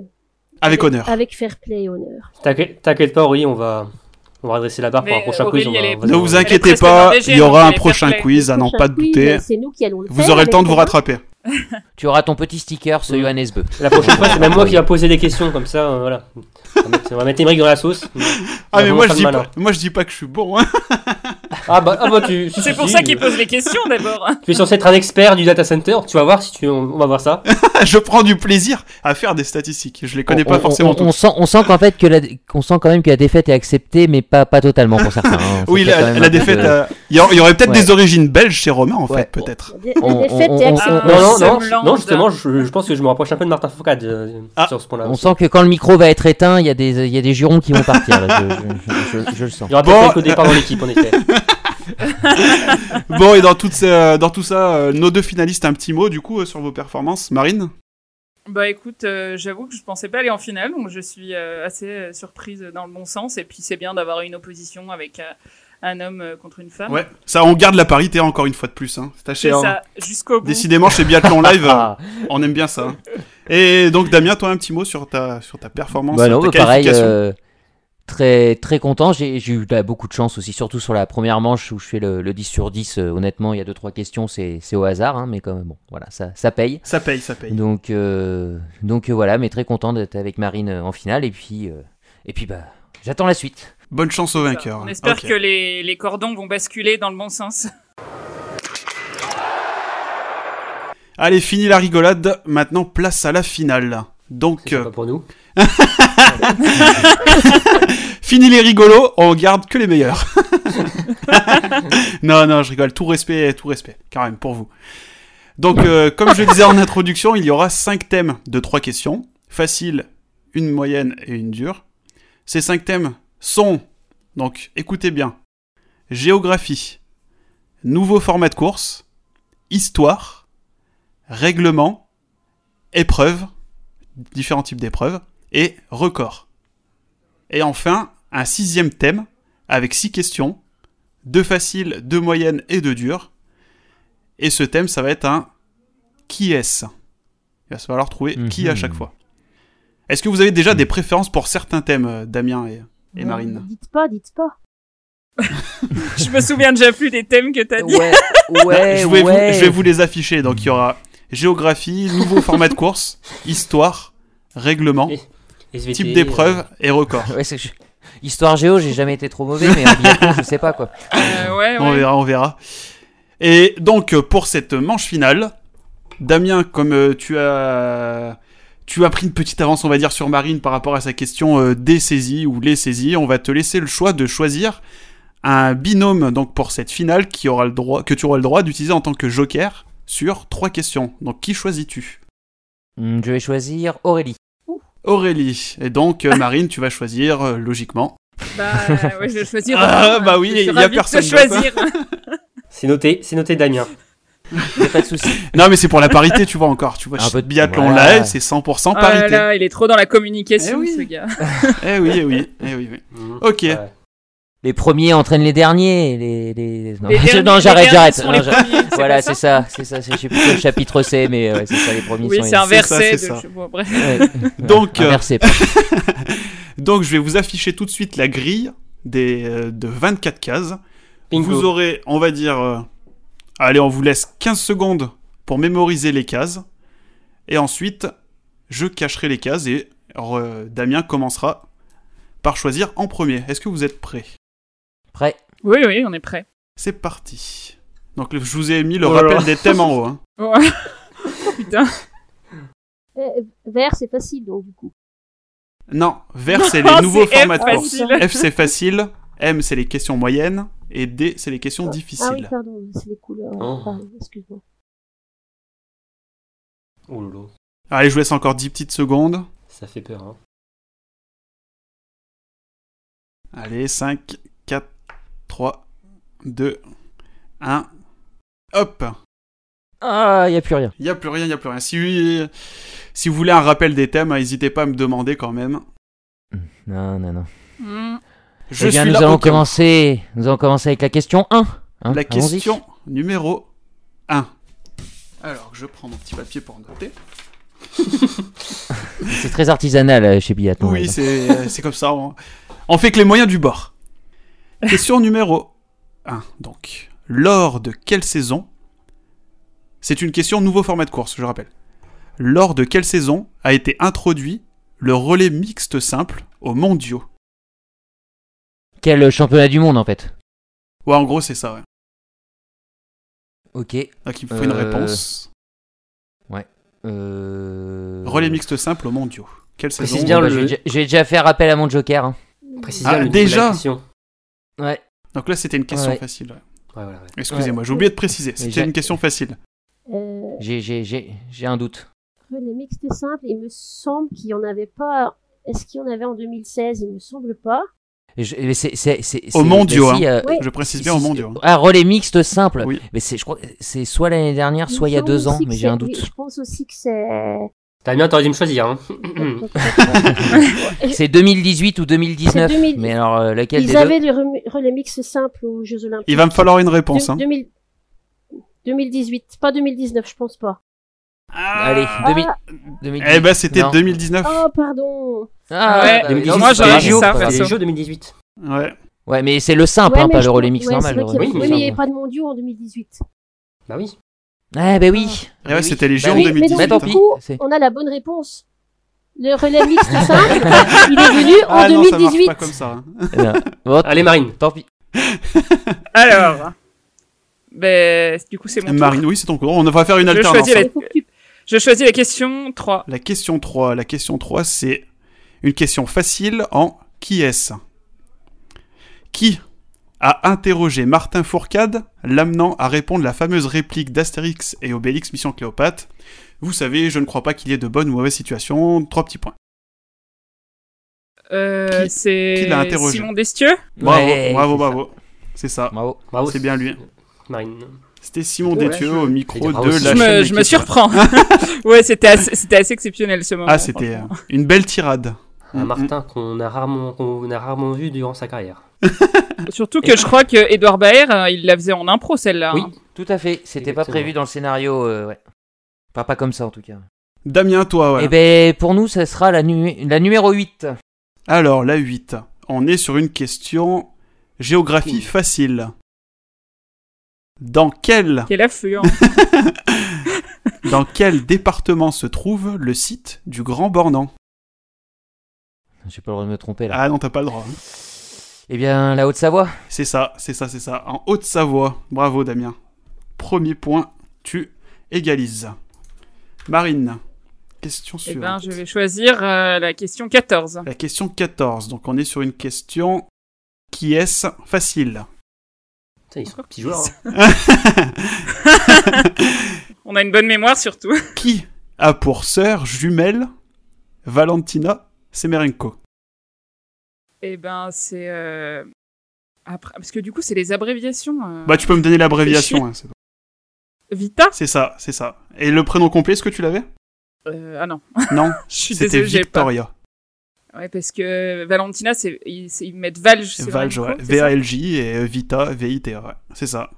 Avec honneur.
avec fair play et honneur.
T'inquiète t'inquiète pas, Aurélie, on va, on va redresser la barre
Mais,
pour un prochain
euh,
quiz. on
Aurélie,
va-
elle est-
on va-
Ne vous
Elle est
inquiétez
presque
pas,
dans le
il y
BG,
aura
donc
un
elle est
prochain
parfaite.
quiz à n'en
Prochain
Ah pas
quiz,
douter.
C'est nous qui allons le
Vous
faire
aurez le
avec
temps de vous
Romain.
rattraper.
Tu auras ton petit sticker, ce
Mm.
Johannes Beu.
La prochaine fois, c'est même moi qui va poser des questions comme ça. euh, voilà. On va mettre, on va mettre Émeric dans la sauce.
Ah
Bah,
Il
mais
va
moi je
vraiment
dis
faire le
pas, moi je dis pas que je suis bon. hein.
Ah bah, ah bah tu. si,
C'est
si,
pour
si,
ça
mais-
euh.
qu'il pose les questions d'abord.
Tu es censé être un expert du data center. Tu vas voir si tu. On, on va voir
Ah,
ça.
je prends du plaisir à faire des statistiques. Je les connais
On-
pas
on-
forcément
on,
toutes.
on sent, on sent qu'en fait que la, on sent quand même que la défaite est acceptée, mais pas, pas totalement pour certains. hein.
Oui,
Ça fait quand
la,
même
la
un peu
défaite.
de-
euh, Il y, aura- il y aurait peut-être
Ouais.
des origines belges chez Romain en
Ouais.
fait, peut-être.
La dé- la
On- on-
défaite est
on- on-
Ah,
acceptée.
Non, non, non.
Semblante.
Non, justement, je, je pense que je me rapproche un peu de Martin Fourcade euh,
Ah.
sur ce point-là.
On sent que quand le micro va être éteint, il y a des, il y a des jurons qui vont partir. là. Je, je- je- je le sens.
Il y aura
Bon.
peut-être quelques départs dans l'équipe, en effet.
Bon, et dans, toutes ces- euh, dans tout ça, euh, nos deux finalistes, un petit mot du coup euh, sur vos performances. Marine
Bah écoute, euh, j'avoue que je pensais pas aller en finale, donc je suis euh, assez euh, surprise dans le bon sens. Et puis c'est bien d'avoir une opposition avec euh, un homme euh, contre une femme.
Ouais. Ça, on garde la parité encore une fois de plus. Hein.
C'est
Sachez, hein.
ça, jusqu'au bout.
Décidément, chez Biathlon Live, euh,
Ah,
on aime bien ça. hein. Et donc, Damien, toi, un petit mot sur ta, sur ta performance,
bah non,
ta
bah pareil.
qualification.
euh, très, très content. J'ai j'ai eu bah, beaucoup de chance aussi, surtout sur la première manche où je fais le, le 10 sur 10. euh, honnêtement, il y a deux trois questions, c'est c'est au hasard, hein, mais quand même, bon, voilà, ça, ça paye.
Ça paye, ça paye.
Donc, euh, donc euh, voilà, mais très content d'être avec Marine euh, en finale. Et puis, euh, et puis bah, j'attends la suite.
Bonne chance au vainqueur.
On espère
hein. Ok.
que les, les cordons vont basculer dans le bon sens.
Allez, fini la rigolade. Maintenant, place à la finale. Donc,
C'est
euh,
pas pour nous.
Fini les rigolos, on garde que les meilleurs. non, non, je rigole. Tout respect, tout respect, quand même, pour vous. Donc, euh, comme je le disais en introduction, il y aura cinq thèmes de trois questions. Facile, une moyenne et une dure. Ces cinq thèmes sont, donc écoutez bien, géographie, nouveau format de course, histoire, règlement, épreuve, différents types d'épreuves, et record. Et enfin, un sixième thème avec six questions, deux faciles, deux moyennes et deux dures. Et ce thème, ça va être un qui est-ce Il va falloir trouver qui à
Mhm.
chaque fois. Est-ce que vous avez déjà des préférences pour certains thèmes, euh, Damien et, et Marine
Dites pas, dites pas.
je me souviens déjà plus des thèmes que t'as dit.
Ouais, ouais,
je, vais
ouais.
vous, je vais vous les afficher. Donc il y aura géographie, nouveau format de course, histoire, règlement,
Et- SVT,
type
euh,
d'épreuve et record.
Ouais, c'est que je- Histoire géo, j'ai jamais été trop mauvais, mais en biathlon, je sais pas quoi.
Euh, ouais,
On
ouais.
verra, on verra. Et donc euh, pour cette manche finale, Damien, comme euh, tu as tu as pris une petite avance, on va dire, sur Marine par rapport à sa question euh, des saisies ou les saisies, on va te laisser le choix de choisir un binôme donc pour cette finale qui aura le droit que tu auras le droit d'utiliser en tant que joker sur trois questions. Donc qui choisis-tu
Hmm, Je vais choisir Aurélie.
Aurélie. Et donc, euh, Marine, tu vas choisir euh, logiquement.
Bah, ouais, je vais choisir.
Ah,
Romain,
bah
hein.
oui,
Je suis
y a
ravie de te
personne d'autre, hein.
choisir.
C'est noté, c'est noté Damien.
Y a pas de souci.
Non, mais c'est pour la parité, tu vois encore. Tu vois,
Un
chez
peu de-
biathlon
voilà.
live, c'est 100%
Ah là
parité.
là, il est trop dans la communication,
Eh oui.
ce gars.
Eh oui, eh oui, eh oui, oui.
Mhm.
Ok.
Ouais.
Les premiers entraînent les derniers. Les, les... Non,
Les
je-
derniers-
non,
les derniers
j'arrête, j'arrête.
sont
Non,
les
j'arrête.
premiers, c'est
Voilà,
pas
c'est ça, c'est ça. c'est- Je sais plus quel chapitre c'est, mais euh, c'est ça, les premiers
Oui,
sont les-
c'est un
c'est ça,
verset.
c'est
de-
ça.
je- bon, bref.
Ouais. Ah,
Donc,
Un
euh,
verset,
Donc, je vais vous afficher tout de suite la grille des, euh, de 24 cases.
Bingo.
Vous aurez, on va dire, euh, allez, on vous laisse 15 secondes pour mémoriser les cases. Et ensuite, je cacherai les cases et euh, Damien commencera par choisir en premier. Est-ce que vous êtes prêts
Prêt
Oui, oui, on est prêt.
C'est parti. Donc, le- je vous ai mis le
Oh là
rappel
là.
des thèmes en haut. hein.
Oh, Putain.
Euh, vert, c'est facile, donc du coup.
Non, vert, c'est
Oh,
les nouveaux
c'est F
formats de course. hein.
facile.
F, c'est facile. M, c'est les questions moyennes. Et D, c'est les questions difficiles.
Ah oui, pardon, c'est les couleurs.
Oh.
Pardon, excuse-moi.
Oh là là,
Allez, je vous laisse encore 10 petites secondes.
ça fait peur. Hein.
Allez, 5, 4, 3, 2, 1. Hop
Ah, il n'y a plus rien.
Il n'y a plus rien, il n'y a plus rien. Si, si vous voulez un rappel des thèmes, n'hésitez pas à me demander quand même.
Non, non, non.
Hmm.
Je
eh bien,
suis
nous
là
allons
au cas où.
commencer. Nous allons commencer avec la question 1. hein,
La
allons-y.
question numéro 1. Alors, je prends mon petit papier pour noter.
C'est très artisanal euh, chez Biathlon.
Oui,
là-bas.
c'est euh, c'est comme ça. On, on fait que les moyens du bord. Question numéro 1. Donc, lors de quelle saison C'est une question nouveau format de course, je rappelle. Lors de quelle saison a été introduit le relais mixte simple aux mondiaux
Quel euh, championnat du monde en fait
Ouais, en gros, c'est ça, ouais.
Ok.
Donc, il me faut une
Euh,
réponse.
Euh...
Relais mixte simple aux mondiaux. Quelle
précise
saison
bien
Bah,
le-
je, vais, déjà- je vais déjà faire appel à mon joker. hein.
Préciser
Ah,
le niveau de
déjà
la question.
Ouais.
Donc là, c'était une question
Ouais.
facile. ouais.
Ouais, voilà, ouais.
Excusez-moi, j'ai oublié de préciser.
j'ai-
C'était une question facile.
Euh,
J'ai, j'ai, j'ai, j'ai un doute.
relais mixte et simple, il me semble qu'il n'y en avait pas. Est-ce qu'il y en avait en 2016 Il me semble pas.
Je- mais c'est, c'est, c'est,
Aux
c'est-
mondiaux,
bah, si, euh,
Ouais.
hein. Je précise
si,
bien aux
si,
mondiaux. hein.
Ah, relais mixte simple.
Oui.
Mais c'est, je crois, que c'est soit l'année dernière, Ah, soit il y a
me semble
deux ans,
aussi que
mais j'ai un
c'est- oui,
doute.
je pense aussi que c'est.
Damien, t'aurais dû me choisir. Hein.
Euh,
C'est 2018 ou 2019.
C'est 2000.
Mais alors, euh, laquelle des
Ils
deux
avaient le rem- relais mixte simple aux Jeux Olympiques.
Il va me falloir une réponse.
Deux-
hein.
2000 2018, pas 2019, je pense pas.
Allez, 2000...
Ah.
2018.
Eh ben, c'était
Non.
2019.
Oh, pardon.
Ah,
Ouais,
bah,
2018,
non,
moi,
c'est pas
j'aurais
grave,
dit
les
c'est
ça,
pas grave.
C'est
perso.
les jeux 2018.
Ouais.
Ouais, mais c'est le simple,
Ouais,
hein,
mais
pas
je
le relais
crois-
mix
ouais,
normal.
c'est vrai
le
qu'il y
relais
avait-
Oui,
mix
Oui, mais il n'y avait
simple.
pas de mondiaux en 2018.
Bah oui.
Ah, bah oui.
Eh Ouais,
Oui,
c'était
oui.
les Jeux
Bah
en
oui,
mais donc,
2018.
Bah,
du
tant pis.
coup,
c'est-
on a la bonne réponse. Le relais mixte simple, il est venu en
Ah non, ça marche
2018.
pas comme ça. hein.
Non. Bon,
Allez, Marine.
tant pis.
Alors. Ben, du coup, c'est mon tour.
Marine, oui, c'est ton tour. On va faire une
Je
alternance.
choisis la-
hein.
Il faut que tu-
Je choisis la question 3.
La question 3. La question 3, c'est une question facile en qui est-ce Qui a interrogé Martin Fourcade, l'amenant à répondre la fameuse réplique d'Astérix et Obélix Mission Cléopâtre Vous savez, je ne crois pas qu'il y ait de bonne ou mauvaise situation. Trois petits points.
Euh,
Qui-
c'est
qui l'a interrogé
Simon Destieux.
Bravo,
Ouais,
bravo,
c'est ça.
bravo. C'est ça.
Bravo.
Bravo.
C'est bien lui.
Marine.
C'était Simon
Ouais,
Détieux
je-
au micro
bravo,
de
Simon.
la
Je me,
chaîne
je me
L'équipe.
surprends. ouais, c'était assez, c'était assez exceptionnel ce moment.
Ah, c'était euh, une belle tirade.
Un
Mm,
Martin qu'on a rarement, qu'on a rarement vu durant sa carrière.
Surtout que je crois que Edouard Baer, euh, il la faisait en impro celle-là.
Oui,
hein.
tout à fait. C'était pas
Exactement.
prévu dans le scénario. euh, ouais. Pas, pas comme ça en tout cas.
mm. Damien, toi,
Eh
ouais.
Et ben pour nous, ça sera la, nu- la numéro 8.
Alors, la 8. On est sur une question géographie facile. Dans quel,
Quel affluent.
dans quel département se trouve le site du Grand Bornand
J'ai pas le droit de me tromper là.
Ah non, t'as pas le droit. hein.
Eh bien, la Haute-Savoie.
C'est ça, c'est ça, c'est ça. En Haute-Savoie. Bravo, Damien. Premier point, tu égalises. Marine, question
Eh
suivante.
ben, je vais choisir euh, la question 14.
La question 14. Donc, on est sur une question qui est-ce facile
Putain, ils sont petits joueurs. hein.
On a une bonne mémoire surtout.
Qui a pour sœur jumelle Valentina Semerenko.
Eh ben, c'est. euh, Après... Parce que du coup, c'est les abréviations. euh,
Bah, tu peux me donner l'abréviation. hein, c'est bon.
Vita
C'est ça, c'est ça. Et le prénom complet, est-ce que tu l'avais
Euh, Ah non.
Non,
Je suis
c'était
désolée, j'ai pas.
Victoria.
Ouais, parce que Valentina, c'est ils, c'est- ils mettent Valge. c'est
Valj,
Valenco,
ouais.
c'est ça
V-A-L-J et euh, Vita, V-I-T-A. ouais. C'est ça.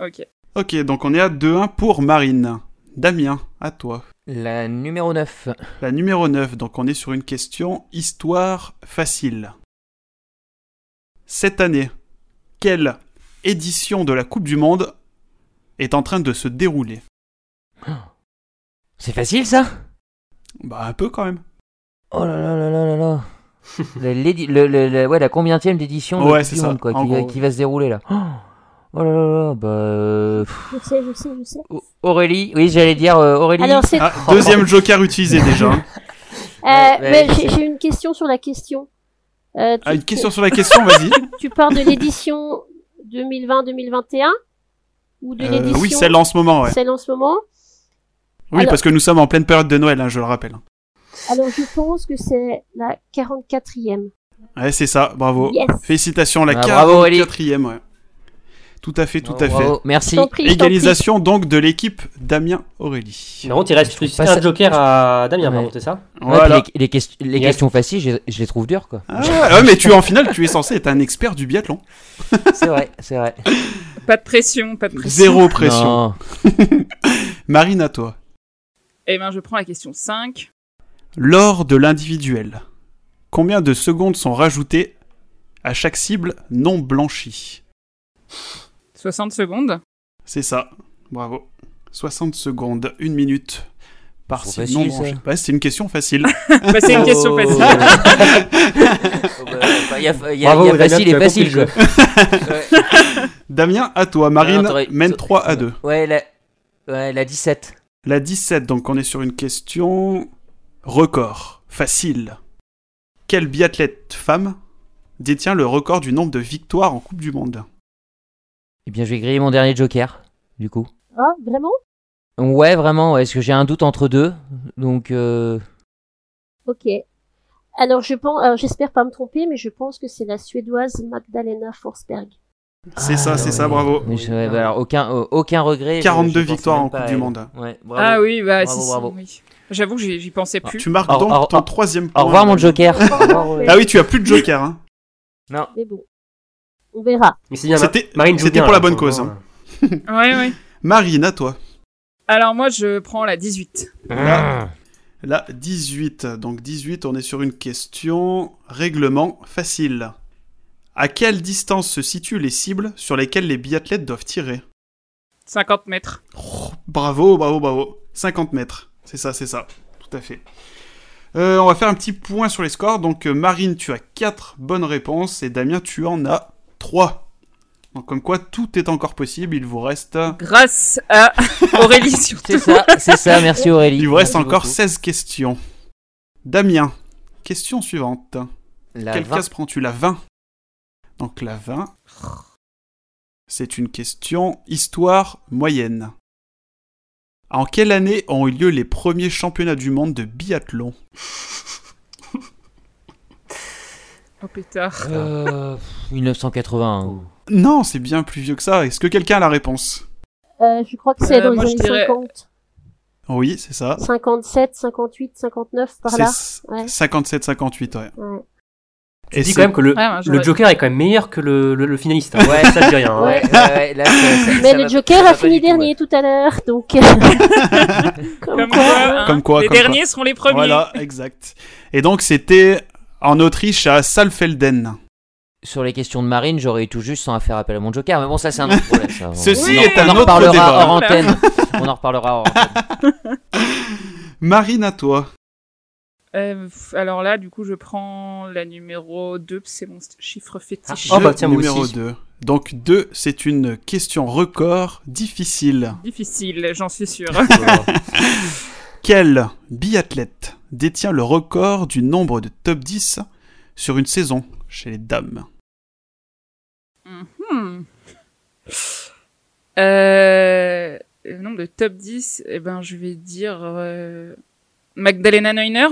Ok.
Ok, donc on est à 2-1 pour Marine. Damien, à toi.
La numéro 9.
La numéro 9, donc on est sur une question histoire facile. Cette année, quelle édition de la Coupe du Monde est en train de se dérouler
C'est facile ça
Bah un peu quand même.
Oh là là là là là là. La- l'édi- le- le- le- ouais, la combientième d'édition de
Ouais,
Coupe
c'est
du
ça,
Monde, quoi,
en
qui, va-
gros.
qui va se dérouler là. Oh, oh là là là, bah. euh, pff,
Je sais, je sais, je sais.
O- Aurélie, oui, j'allais dire euh, Aurélie.
Alors, c'est.
Ah, deuxième joker utilisé déjà. hein.
ouais,
euh, mais
ouais,
j'ai
c'est-
j'ai une question sur la question. Euh, tu,
Ah, une question sur la question, vas-y.
tu parles de l'édition 2020-2021 ou de
Euh,
l'édition
oui, celle en ce moment, ouais.
celle en ce moment
Oui,
Alors-
parce que nous sommes en pleine période de Noël, hein, je le rappelle.
Alors, je pense que c'est la 44e.
Ouais, c'est ça, bravo.
Yes.
Félicitations, la
Ah, bravo, Aurélie.
44e, ouais. Tout à fait, tout à fait.
Bravo, merci.
Je t'en prie, je t'en prie.
Égalisation donc de l'équipe Damien Aurélie.
Par contre, il reste plus
pas ça-
un joker à Damien, par
Ouais.
contre, c'est ça
Ouais,
Voilà.
puis les les, quest- les
Yes.
questions faciles, je, je les trouve dures, quoi.
Ah, ouais, mais tu en finale, tu es censé être un expert du biathlon.
C'est vrai, c'est vrai.
Pas de pression, pas de pression.
Zéro pression.
Non.
Marine à toi.
Eh ben, je prends la question 5.
Lors de l'individuel, combien de secondes sont rajoutées à chaque cible non blanchie
60 secondes.
C'est ça. Bravo. 60 secondes, une minute par
Trop
cible
facile,
non blanchie.
ça.
Ouais, c'est une question facile.
Bah, c'est une question
Oh.
facile.
Oh, bah, bah, y a, y a- y a
Bravo, Damien,
facile
tu as
et
compris
facile,
le jeu.
quoi. ouais,
Damien à toi. Marine
Ah, t'aurais-
mène 3 à 2.
ouais, la, ouais, la 17.
La 17, donc on est sur une question record, facile. Quelle biathlète femme détient le record du nombre de victoires en Coupe du Monde
Eh bien, je vais griller mon dernier joker, du coup.
Ah, vraiment
Ouais, vraiment, ouais, parce que j'ai un doute entre deux. Donc, euh,
Ok. Alors, je pense, alors, j'espère pas me tromper, mais je pense que c'est la suédoise Magdalena Forsberg.
C'est
Ah,
ça, c'est
ouais.
ça, bravo.
mais je- ouais, bah, alors, aucun, euh, aucun regret. je-
42
je pense
victoires
même
en
pas
Coupe
à
du
elle.
Monde.
Ouais, bravo.
Ah oui, bah,
Bravo,
si, si,
bravo.
oui. J'avoue que j'y j'y pensais plus.
Ah, Tu marques
Au-
donc
au-
ton
au-
troisième point.
Au revoir, mon joker. Au revoir, Aurélie.
Ah oui, tu as plus de joker. hein.
Mais bon, on verra.
Mais c'est bien,
C'était-
Marine joue
c'était
bien,
pour
là,
la bonne
pour le
cause, hein.
moment,
Ouais, ouais.
Marine, à toi.
Alors, moi, je prends la 18.
Ah.
La 18, donc 18, on est sur une question règlement facile. À quelle distance se situent les cibles sur lesquelles les biathlètes doivent tirer
50 mètres.
Oh, Bravo, bravo, bravo. 50 mètres. C'est ça, c'est ça. Tout à fait. Euh, on va faire un petit point sur les scores. Donc, euh, Marine, tu as 4 bonnes réponses et Damien, tu en as 3. Donc, comme quoi, tout est encore possible. Il vous reste,
Grâce à Aurélie, surtout.
C'est ça, c'est ça, merci Aurélie.
il vous reste
Merci
encore
beaucoup.
16 questions. Damien, question suivante.
La
Quelle
20.
case prends-tu La 20. Donc, la 20. C'est une question histoire moyenne. En quelle année ont eu lieu les premiers championnats du monde de biathlon
Oh, pétard.
Euh, 1981. ou-
Non, c'est bien plus vieux que ça. Est-ce que quelqu'un a la réponse
Euh, je crois que c'est
Euh,
dans les
moi, je
années
dirais-
50,
Oui, c'est ça.
57, 58, 59, par là.
C'est
Ouais.
57-58, ouais.
Ouais.
Tu
Et
dis
c'est
quand même que le,
Ouais, ouais,
le
Ah, j'aurais-
joker est quand même meilleur que le, le- le finaliste. hein.
Ouais.
ça je dis rien. hein.
Ouais, ouais, ouais, là, ça- ça-
Mais
ça
le
va-
Joker
ça
a
va pas
fini
du tout, ouais.
dernier tout à l'heure, donc. euh, Comme
Comme
quoi. euh,
quoi, hein,
Comme quoi,
les
comme quoi.
derniers seront les premiers.
Voilà, exact. Et donc, c'était en Autriche à Salfelden.
Sur les questions de Marine, j'aurais eu tout juste sans faire appel à mon Joker, mais bon, ça c'est un autre problème. ça. On-
Ceci
on en-
est un
on en
autre
reparlera
débat.
hors antenne. On en reparlera hors antenne.
Marine, à toi.
Euh, f- alors là, du coup, je prends la numéro 2, parce que c'est mon st- chiffre fétiche.
Ah, oh,
Jeu
bah tiens, moi
numéro
aussi.
2. Donc 2, c'est une question record difficile.
Difficile, j'en suis sûre.
Euh,
Quel biathlète détient le record du nombre de top 10 sur une saison chez les dames
Hmm. Mhm. Euh, le nombre de top 10, eh ben, je vais dire euh, Magdalena Neuner.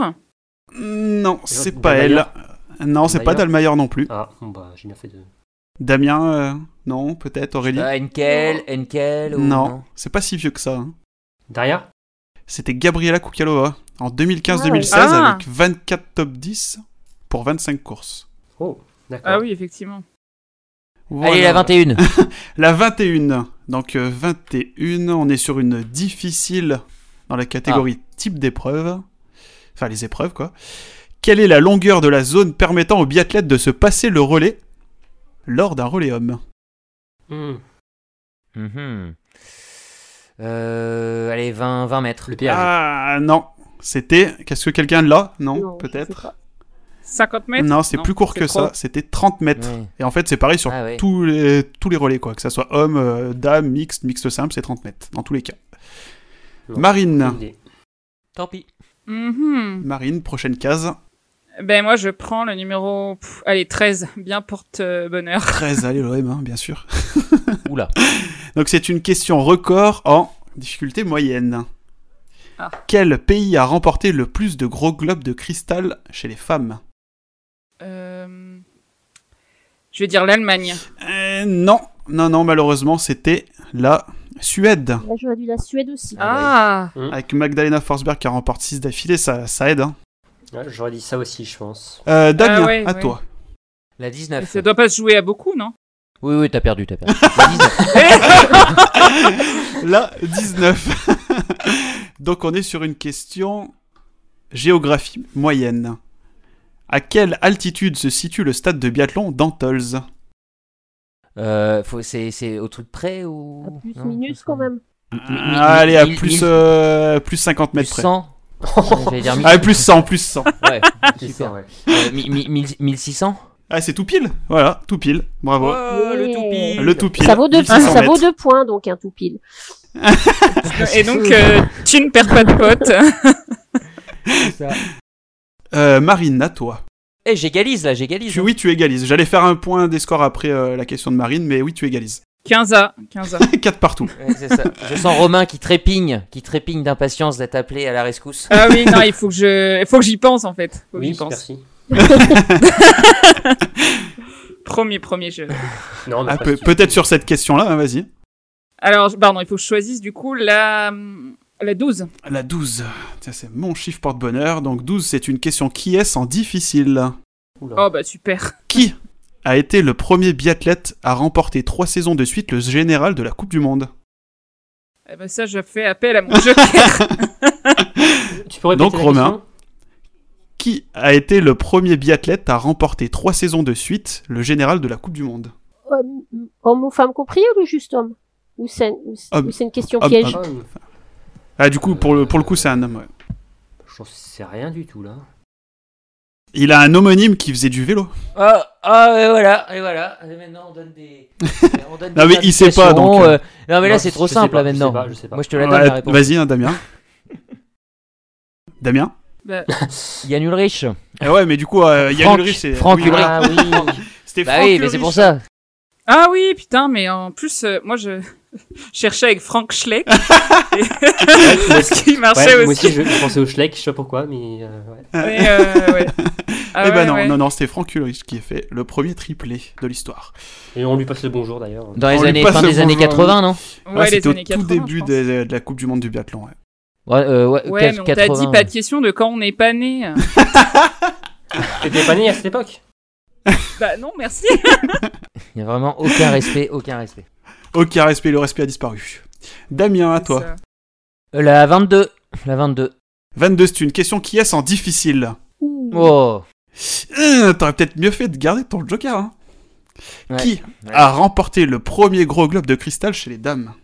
Non, c'est
Dalmayer.
pas elle. Non, c'est pas
Dalmayer.
Dalmayer non plus.
Ah, bon, bah, j'ai bien fait de.
Damien, euh, non, peut-être Aurélie.
Ah, Enkel, Enkel. ou-
Non, c'est pas si vieux que ça. hein.
Derrière
C'était Gabriela Kukalova en 2015-2016
Ah.
avec 24 top 10 pour 25 courses.
Oh, d'accord.
Ah oui, effectivement.
Allez,
Voilà.
la 21.
La 21. Donc euh, 21, on est sur une difficile dans la catégorie type d'épreuve. Enfin, les épreuves, quoi. Quelle est la longueur de la zone permettant aux biathlètes de se passer le relais lors d'un relais homme
Hmm,
Mhm. Euh, allez, 20, 20 mètres.
Le péage.
Ah non, c'était. Qu'est-ce que quelqu'un l'a Non,
Non, je sais
peut-être.
pas.
50 mètres
Non, c'est plus court
c'est
que
trop.
ça. C'était 30 mètres.
Ouais.
Et en fait, c'est pareil sur
Ah ouais.
tous, les, tous les relais, quoi. Que ça soit homme, euh, dame, mixte, mixte simple, c'est 30 mètres, dans tous les cas.
Non.
Marine,
Idée.
Tant pis.
Mhm.
Marine, prochaine case.
Ben moi je prends le numéro pff, allez 13 bien porte euh, bonheur.
13, allez, l'OM, hein, bien sûr.
Oula.
Donc, c'est une question record en difficulté moyenne.
Ah.
Quel pays a remporté le plus de gros globes de cristal chez les femmes
Euh, je vais dire l'Allemagne.
Euh, Non, non, non, malheureusement, c'était la Suède.
Là, j'aurais dû la Suède aussi.
Ah,
Avec Magdalena Forsberg qui remporte 6 d'affilée, ça, ça aide. hein.
Ouais, J'aurais dit ça aussi, je pense.
Euh, Damien,
Ah ouais,
à
ouais.
toi.
La
Mais
19.
Ah. ça doit pas se jouer à beaucoup, non
Oui, oui, t'as perdu, t'as perdu. La 19.
La 19. Donc on est sur une question géographie moyenne. À quelle altitude se situe le stade de biathlon d'Antols
Euh, faut- c'est, c'est au truc près
À
ou.
plus
Ah, Non,
minus
ça-
quand même.
Mm, Ah, Allez, à
mille-
plus,
mille-
euh, plus 50
Plus
mètres près.
100. J'allais dire mille-
Ah, plus 100, plus 100.
Ouais,
C'est
super.
ça, ouais.
Euh, mi- mi- mille- 1600
Ah, c'est tout pile Voilà, tout pile. Bravo.
le tout pile.
Le tout pile.
Ça vaut deux,
1600
ça vaut
mètres.
deux points, donc un tout pile.
Et donc euh, tu ne perds pas de pote.
Euh, Marine, à toi.
Eh, j'égalise là, j'égalise. hein.
Tu- oui, tu égalises. J'allais faire un point des scores après euh, la question de Marine, mais oui, tu égalises.
15 à 15 à.
4 partout.
Ouais, c'est ça. Je sens Romain qui trépigne, qui trépigne d'impatience d'être appelé à la rescousse.
Ah oui, non, il faut que je il faut que j'y pense en fait. Faut que j'y
Oui,
pense.
merci.
Premier premier jeu.
Non, mais
Ah,
pas
peut-
si-
Peut-être sur cette question-là, hein, vas-y.
Alors je- pardon, il faut que je choisisse du coup la hum, la 12.
La 12. Ça, c'est mon chiffre porte-bonheur. Donc 12, c'est une question qui est sans difficile.
Oula.
Ah.
Oh bah super.
Qui a été le premier biathlète à remporter trois saisons de suite le général de la Coupe du Monde
Eh ben ça je fais appel à mon joker.
Tu peux répéter
Donc,
la
Romain.
question
Qui a été le premier biathlète à remporter trois saisons de suite le général de la Coupe du Monde
Homme homme ou femme compris ou juste homme Ou c'est ou c'est-
Homme.
ou c'est une question
Homme,
piège
Ah, mais
Ah, du coup, pour le, pour le coup, c'est un homme. ouais.
J'en sais rien du tout là.
Il a un homonyme qui faisait du vélo.
Ah, ah, et voilà, et voilà. Et maintenant, on donne des. on donne
Non,
des
mais il sait pas, donc,
indications, euh, Non, mais là,
Non,
c'est
je-
trop
je sais
simple,
pas,
là,
je sais
maintenant.
pas, je sais pas.
Moi, je te la donne, la
Ouais,
réponse.
Vas-y, hein, Damien. Damien
Bah,
Yann Ulrich.
Eh ouais, mais du coup, euh, Yann
Franck-
Ulrich, c'est.
Franck
oui,
Ulrich.
voilà.
Ah,
C'était
Bah
Franck
oui, mais c'est pour
Ulrich.
ça.
Ah oui, putain, mais en plus euh, moi je cherchais avec Frank Schleck. Et- ce qui marchait
Ouais, moi
aussi.
aussi, je, je pensais au Schleck, je sais pas pourquoi, mais euh, ouais.
Mais, euh, ouais. Ah
eh ben
ouais,
non,
ouais.
non, non, c'était Franck Ulrich qui a fait le premier triplé de l'histoire.
Et on lui passe le bonjour d'ailleurs.
Dans
On
les
lui
années,
passe
fin
le
des années
bonjour.
80, non
Ouais,
Ouais, les
Ah, c'était au
années 80,
tout début
je pense.
des- de la Coupe du Monde du biathlon. ouais.
Ouais, euh, ouais,
Ouais,
quatre-
mais on t'a
80,
dit pas de question de quand on n'est pas né.
T'étais pas né à cette époque
bah non, merci.
Il y a vraiment aucun respect, aucun respect.
Aucun respect, le respect a disparu. Damien, à toi.
Ça.
Euh, La 22. La 22.
22, c'est une question qui est en difficile.
Ouh.
Oh.
Hum, T'aurais peut-être mieux fait de garder ton joker. hein.
Ouais.
Qui
Ouais.
a remporté le premier gros globe de cristal chez les dames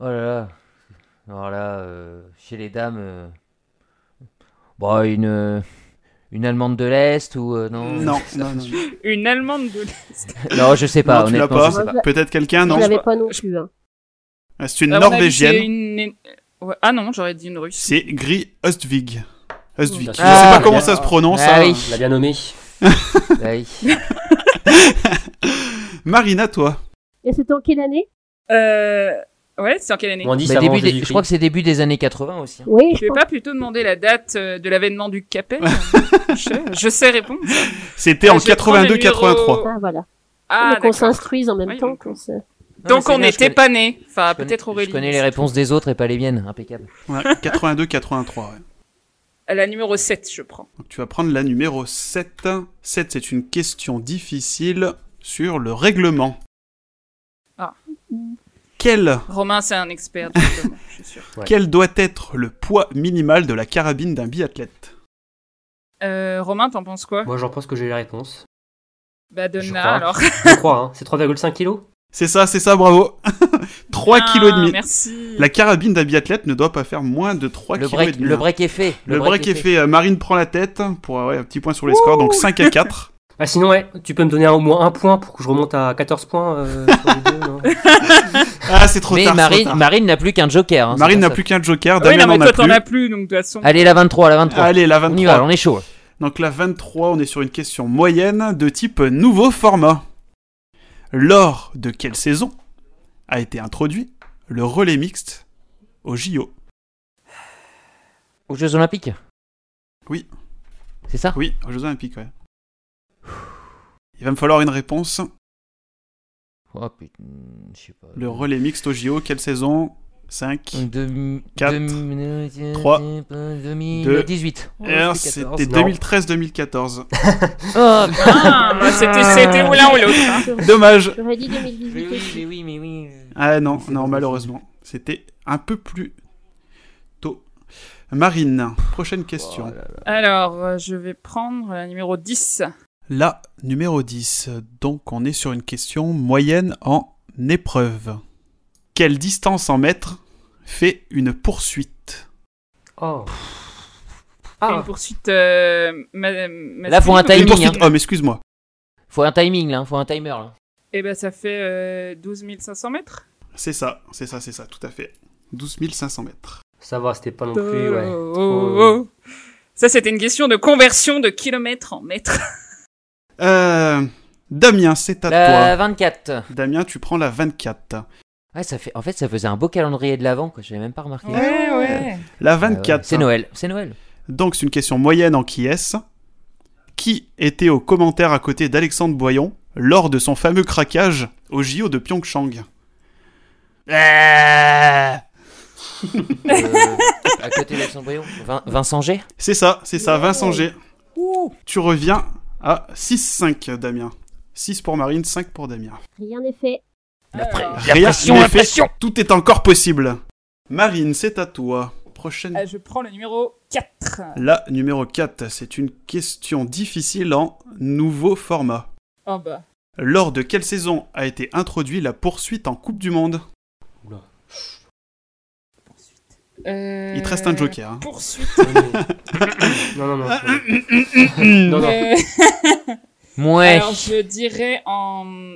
Oh là là. Alors là, euh, chez les dames. euh, Bon, une. euh, Une Allemande de l'Est ou. euh, non
Non, non, non.
Une Allemande de l'Est.
Non, je sais pas,
Non, tu l'as
honnêtement.
pas.
je sais pas.
Peut-être quelqu'un,
Je
non
l'avais pas non plus. hein.
Ah, C'est une
À mon avis,
norvégienne.
c'est une- Ouais, Ah non, j'aurais dit une russe.
C'est Gris Hustvig. Hustvig.
Ah,
Je sais pas
ah,
comment
bien.
hein. ça se prononce.
Ah
hein.
oui.
On l'a bien nommé.
Ouais.
Marina, toi.
Et c'était en quelle année
Euh, ouais, c'est en quelle année
On dit
Bah,
ça
début
avant
des-
Jésus-Christ.
je crois que c'est début des années 80 aussi. hein.
Oui,
Tu
je
ne
pense.
pas plutôt demander la date euh, de l'avènement du Capet je, je sais répondre.
C'était
Ah,
en
je vais prendre le
82-83.
numéro-
Ah, voilà.
Ah,
Mais qu'on
d'accord.
s'instruise en même
Oui,
temps.
donc,
qu'on se-
Non,
Donc
mais c'est
on
bien, je
n'était
connais-
pas nés. Enfin,
je connais-
peut-être Aurélie.
Je connais les réponses des autres et pas les miennes. Impeccable.
Ouais, 82-83, ouais.
La numéro 7, je prends.
Donc, tu vas prendre la numéro 7. 7, c'est une question difficile sur le règlement.
Ah.
Quel,
Romain, c'est un expert, du règlement, je suis sûr.
Ouais.
quel doit être le poids minimal de la carabine d'un biathlète
Euh, Romain, t'en penses quoi
Moi, j'en pense que j'ai la réponse.
Bah,
Je
donne-la
crois.
alors.
Je crois, hein. C'est 3,5 kilos
C'est ça, c'est ça, bravo 3
Ah,
kg et demi.
Merci.
La carabine d'un biathlète ne doit pas faire moins de 3
Le
kg
break,
et demi.
le break est fait.
hein. Le break est fait. Euh, Marine prend la tête pour euh, ouais, un petit point sur les scores, donc 5 à 4.
Ah sinon ouais, tu peux me donner au moins un point pour que je remonte à 14 points euh, sur les deux, non
Ah, c'est trop
Mais
tard. c'est trop
Marine,
tard.
Marine n'a plus qu'un joker. hein,
Marine
c'est
n'a
pour
plus qu'un joker,
Ah Oui,
Damien
non, mais
n'en a
toi, t'en
plus.
as plus, donc de toute façon.
ça. Allez, la 23, la 23.
Allez, la
On y va, hein.
23.
on est chaud.
Donc la 23, on est sur une question moyenne de type nouveau format. Lors de quelle saison a été introduit le relais mixte au JO
Aux Jeux Olympiques
Oui.
C'est ça
Oui, aux Jeux Olympiques, ouais. Il va me falloir une réponse.
Oh putain, je sais pas.
Le relais mixte au JO, quelle saison 5.
Demi-
Quatre.
demi-
Trois.
demi-
Deux.
18.
Oh, C'était
non.
2013-2014.
Oh,
Ah, bah, c'était c'était ou l'un ou l'autre. hein.
J'aurais-
Dommage
J'aurais dit
mais
2018
oui,
aussi.
mais oui, mais oui.
Ah non,
C'est
non,
bon,
malheureusement. C'était un peu plus tôt. Marine, prochaine question.
Alors, euh, je vais prendre la numéro 10.
La numéro 10. Donc on est sur une question moyenne en épreuve. Quelle distance en mètres fait une poursuite
Oh.
Une
Ah,
poursuite. Euh, ma- ma-
Là, faut un
Une
hein.
timing, hein.
poursuite homme, excuse-moi.
Faut un timing là, hein, faut un timer là.
Eh ben, ça fait euh, 12 500 mètres.
C'est ça, c'est ça, c'est ça, tout à fait. 12 500 mètres.
ça va, c'était pas non plus
Euh.
Oh,
ouais.
oh, oh. Ça, c'était une question de conversion de kilomètres en mètres.
Euh, Damien, c'est à
La
toi.
24.
Damien, tu prends la 24.
Ouais, ça fait... En fait, ça faisait un beau calendrier de l'avant, quoi. J'avais même pas remarqué.
ouais.
La
Ah ouais,
24.
C'est Noël, c'est Noël.
Donc c'est une question moyenne en qui est-ce Qui était au commentaire à côté d'Alexandre Boyon lors de son fameux craquage au JO de Pyeongchang Euh,
Euh, à côté d'Alexandre Brion. Vin- Vincent G.
C'est ça, c'est ça, Vincent G. Tu reviens à 6-5 Damien. 6 pour Marine, 5 pour Damien.
Rien n'est fait.
La pré-
Alors.
Rien n'est fait, Tout est encore possible. Marine, c'est à toi. Prochaine.
Euh, je prends le numéro 4.
La numéro 4, c'est une question difficile en nouveau format.
Oh bah.
Lors de quelle saison a été introduit la poursuite en Coupe du Monde
Euh,
Il te reste un joker. hein.
Poursuite.
non non non.
Ah.
non, non.
Euh,
Mouais.
Alors, je dirais en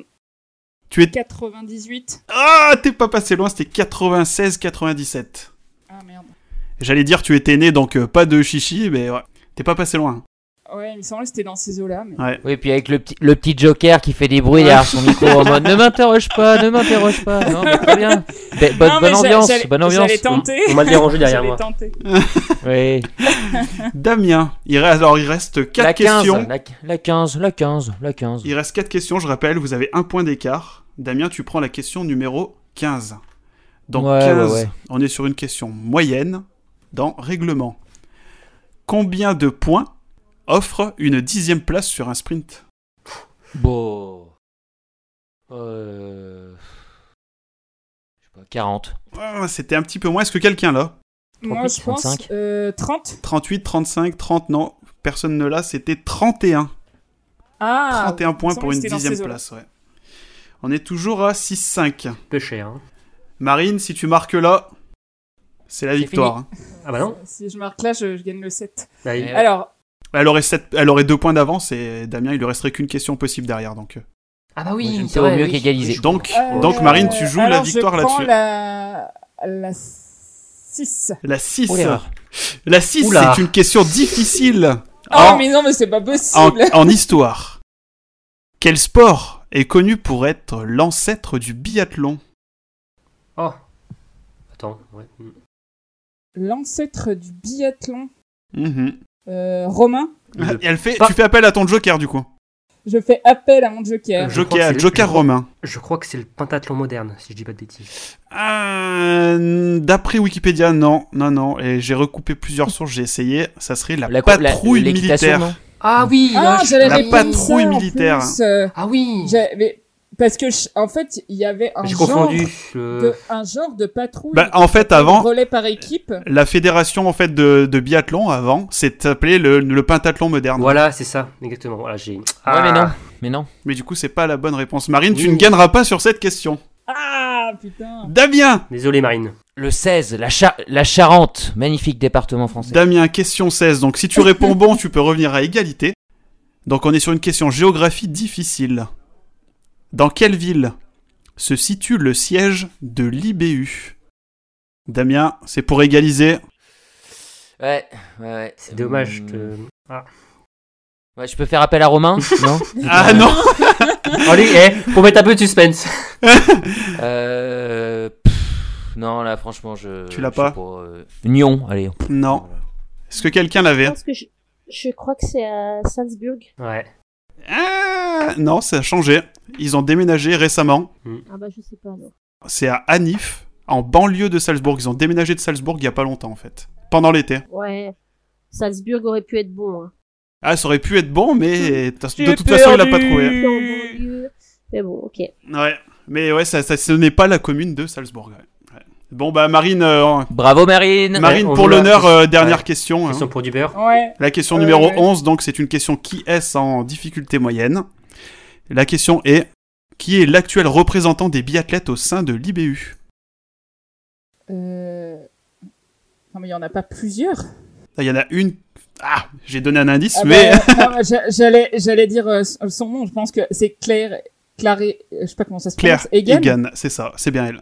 Tu es...
98.
Ah, t'es pas passé loin, c'était 96-97.
Ah merde.
J'allais dire tu étais né, donc euh, pas de chichi, mais ouais. T'es pas passé loin.
Ouais, il me semblait que c'était dans ces eaux-là. Mais...
Oui, puis avec le petit, le petit Joker qui fait des bruits derrière son micro en mode Ne m'interroge pas, ne m'interroge pas. Non, mais très bien. Be- bonne,
Non, mais
bonne
j'a-
ambiance,
j'allais-
bonne ambiance.
J'allais tenter.
On m'a dérangé Ah derrière
J'allais
moi.
tenter.
Oui.
Damien, il reste, alors il reste 4
La 15,
questions.
la, la 15, la 15, la 15.
Il reste 4 questions, je rappelle, vous avez un point d'écart. Damien, tu prends la question numéro 15. Donc
Ouais, ouais,
15,
ouais.
on est sur une question moyenne dans règlement. Combien de points offre une dixième place sur un sprint
Bon. Euh. Je sais pas, 40.
Ah, C'était un petit peu moins. Est-ce que quelqu'un l'a
Moi, je pense
35.
euh, 30.
38, 35, 30, non, personne ne l'a, c'était 31.
Ah,
31 points
semblait
pour
que
une
c'était dans
dixième
ces
place, ouais. On est toujours à 6-5.
Peu cher. Hein.
Marine, si tu marques là, c'est la
C'est
victoire. hein.
Ah bah non.
Si je marque là, je, je gagne le 7.
Bah,
Ouais.
ah,
Alors,
Elle aurait, sept- elle aurait deux points d'avance et Damien, il lui resterait qu'une question possible derrière. Donc, euh.
bah oui,
J'aime
c'est
pas au
vrai,
mieux
oui.
qu'égaliser.
donc,
euh,
donc Marine, tu joues la
alors,
victoire
je prends
là-dessus. La...
La... la 6.
six.
Oh, l'erreur.
la 6,
Oula.
c'est une question difficile
Oh,
en, Ah,
mais non, mais c'est pas
en-
possible.
en histoire. Quel sport est connu pour être l'ancêtre du biathlon
Oh. Attends, ouais. Mm.
L'ancêtre du biathlon
Mhm.
euh, romain.
Le-
Et Ah, elle fait,
Pas-
tu fais appel à ton joker du coup.
Je fais appel à mon
Euh,
joker.
Je crois que c'est
Joker,
le-
joker romain.
Je crois que c'est le pentathlon moderne, si je dis pas de bêtises.
Euh, D'après Wikipédia, non, non, non. Et j'ai recoupé plusieurs sources, j'ai essayé. Ça serait la,
La coupe- la-
patrouille
l'équitation,
militaire.
non
Ah oui,
Ah,
je-
j'allais
la
répondre
patrouille
ça, en
militaire.
plus, euh,
Ah oui
j'ai- mais- parce que, je- en fait, il y avait un
J'ai
genre,
confondu. euh. le-
de, un genre de patrouille.
Bah, en fait, avant,
relais par équipe.
la fédération en fait de, de biathlon avant, c'est appelé le, le pentathlon moderne.
Voilà, c'est ça, exactement. Voilà, j'ai.
Ouais, mais non.
Ah.
Mais non.
Mais du coup, c'est pas la bonne réponse. Marine, tu
Oui.
ne gagneras pas sur cette question.
Ah, putain.
Damien
Désolé, Marine.
Le 16, la, Char- la Charente, magnifique département français.
Damien, question 16. Donc si tu réponds bon, tu peux revenir à égalité. Donc on est sur une question géographie difficile. Dans quelle ville se situe le siège de l'IBU Damien, c'est pour égaliser.
Ouais, ouais, ouais.
C'est dommage.
Hum,
que-
Ouais, je peux faire appel à Romain Non
Ah non
Allez, eh, pour mettre un peu de suspense.
Euh. pff, non, là, franchement, je.
Tu l'as
je
pas
sais euh, Nyon, allez.
Non. Est-ce que quelqu'un
Je
l'avait
pense que je, je crois que c'est à Salzburg.
Ouais.
Ah, Non, ça a changé. Ils ont déménagé récemment.
Ah bah je sais pas alors.
C'est à Anif, en banlieue de Salzbourg. Ils ont déménagé de Salzbourg il y a pas longtemps en fait. Pendant l'été.
Ouais. Salzburg aurait pu être bon. Hein.
Ah, ça aurait pu être bon, mais de
Tu
de
es
toute façon, il l'a pas
perdu.
trouvé. hein.
C'est en banlieue. Mais bon, ok.
Ouais, mais ouais, ça, ça ce n'est pas la commune de Salzbourg. ouais. Ouais. Bon bah Marine, euh,
Bravo, Marine
Marine
on
pour
joue la
l'honneur,
question-
euh, dernière
ouais.
question. hein.
Question pour du
Ah.
beurre.
Ouais.
La question
Euh,
numéro
ouais.
11, donc c'est une question qui est en difficulté moyenne. La question est qui est l'actuel représentant des biathlètes au sein de l'IBU
Euh... Non, mais il y en a pas plusieurs.
Ah, Il y en a une. Ah, j'ai donné un indice,
Ah
mais
bah, non, j'a- j'allais, j'allais dire euh, son nom. Je pense que c'est Claire, Claire, euh, je sais pas comment ça se
Claire
prononce. Egan.
Egan, c'est ça, c'est bien elle.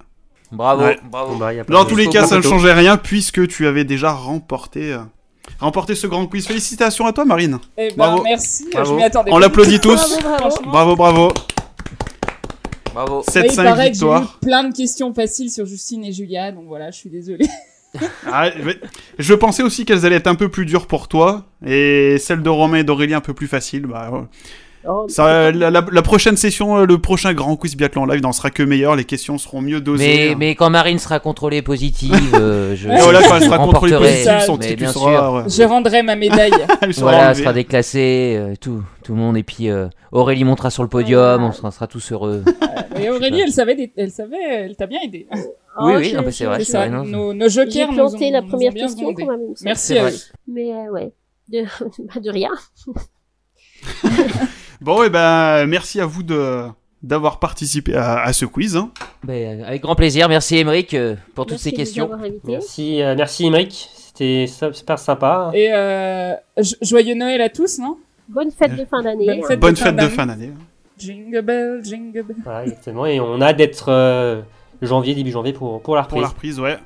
Bravo,
Ouais.
Bon,
bravo.
bah, y a pas
Dans
de-
tous les
Bon,
cas, ça ne
poteau.
changeait rien puisque tu avais déjà remporté, euh, remporté ce grand quiz. Félicitations à toi, Marine.
Eh ben,
Bravo.
merci. Je
Bravo.
m'y attendais.
On
pas du
l'applaudit
tout.
tous.
Bravo, bravo.
Bravo, bravo.
Bravo.
Mais
7
Ah, il paraît
5
que j'ai eu
victoires.
plein de questions faciles sur Justine et Julia, donc voilà, je suis désolée.
Ah, mais je pensais aussi qu'elles allaient être un peu plus dures pour toi et celles de Romain et d'Aurélie un peu plus faciles. Bah, ouais.
Oh,
Ça, euh, la, la- la prochaine session, euh, le prochain grand quiz biathlon live n'en sera que meilleur. Les questions seront mieux dosées.
Mais, mais quand Marine sera contrôlée positive, euh, je.
hein. Et voilà,
je
quand elle sera contrôlée
remporterai.
positive, son
Mais
titre
bien
sera, ouais,
Je rendrai ma médaille.
elle sera
Voilà, elle
enlevée.
sera déclassée, euh, tout, tout le monde. Et puis euh, Aurélie montera sur le podium, on sera, sera tous heureux.
Et Aurélie, elle savait, des- elle savait, elle t'a bien aidé.
oh,
oui, oui,
je-
non, mais c'est vrai,
C'est
c'est
ça,
vrai. non,
nos, nos
J'ai
jokers nous
planté
ont,
la
nous ont
première
bien
question
secondés.
quand même. il me semble.
Merci
C'est
à
vrai.
eux.
Mais euh, ouais. De... bah, de rien.
Bon, et ben, merci à vous de d'avoir participé à, à ce quiz. hein.
Ben, avec grand plaisir, merci Émeric euh, pour toutes
Merci
ces
de nous
questions.
avoir invités.
Merci, euh, merci, Mike. C'était sy- super sympa. hein.
Et euh, jo- joyeux Noël à tous, non
Bonne fête de fin d'année.
Bonne fête.
Bonne
de fin
fête de
d'année.
fin d'année. hein.
Jingle bell, jingle bell.
Voilà, exactement. Et on a d'être euh, janvier, début janvier pour, pour la
pour
reprise.
la reprise, ouais.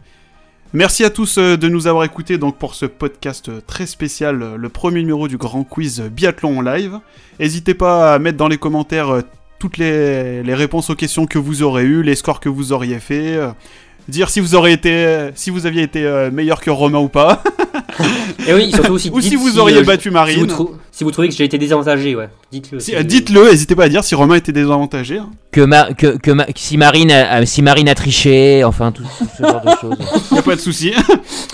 Merci à tous euh, de nous avoir écoutés donc pour ce podcast euh, très spécial, euh, le premier numéro du grand quiz euh, biathlon en live. N'hésitez pas à mettre dans les commentaires euh, toutes les, les réponses aux questions que vous aurez eues, les scores que vous auriez fait, euh, dire si vous aurez été, euh, si vous aviez été euh, meilleur que Romain ou pas,
Et oui, surtout aussi.
ou si
dites
vous
euh,
auriez
je-
battu
si vous,
Marine.
trou- si vous trouvez que j'ai été désavantagé, ouais. Dites-le.
Si- euh, Dites-le, n'hésitez pas à dire si Romain était désavantagé. hein.
Que, ma, que, que ma- que si, Marine a, a- si Marine a triché, enfin tout, tout ce genre de choses.
Y a pas de souci.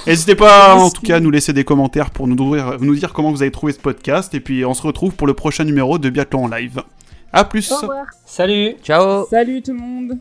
N'hésitez pas en tout cas à nous laisser des commentaires pour nous, dire- nous dire comment vous avez trouvé ce podcast. Et puis on se retrouve pour le prochain numéro de Biathlon en live. A plus
Au revoir.
Salut!
Oh.
Ciao
Salut tout le monde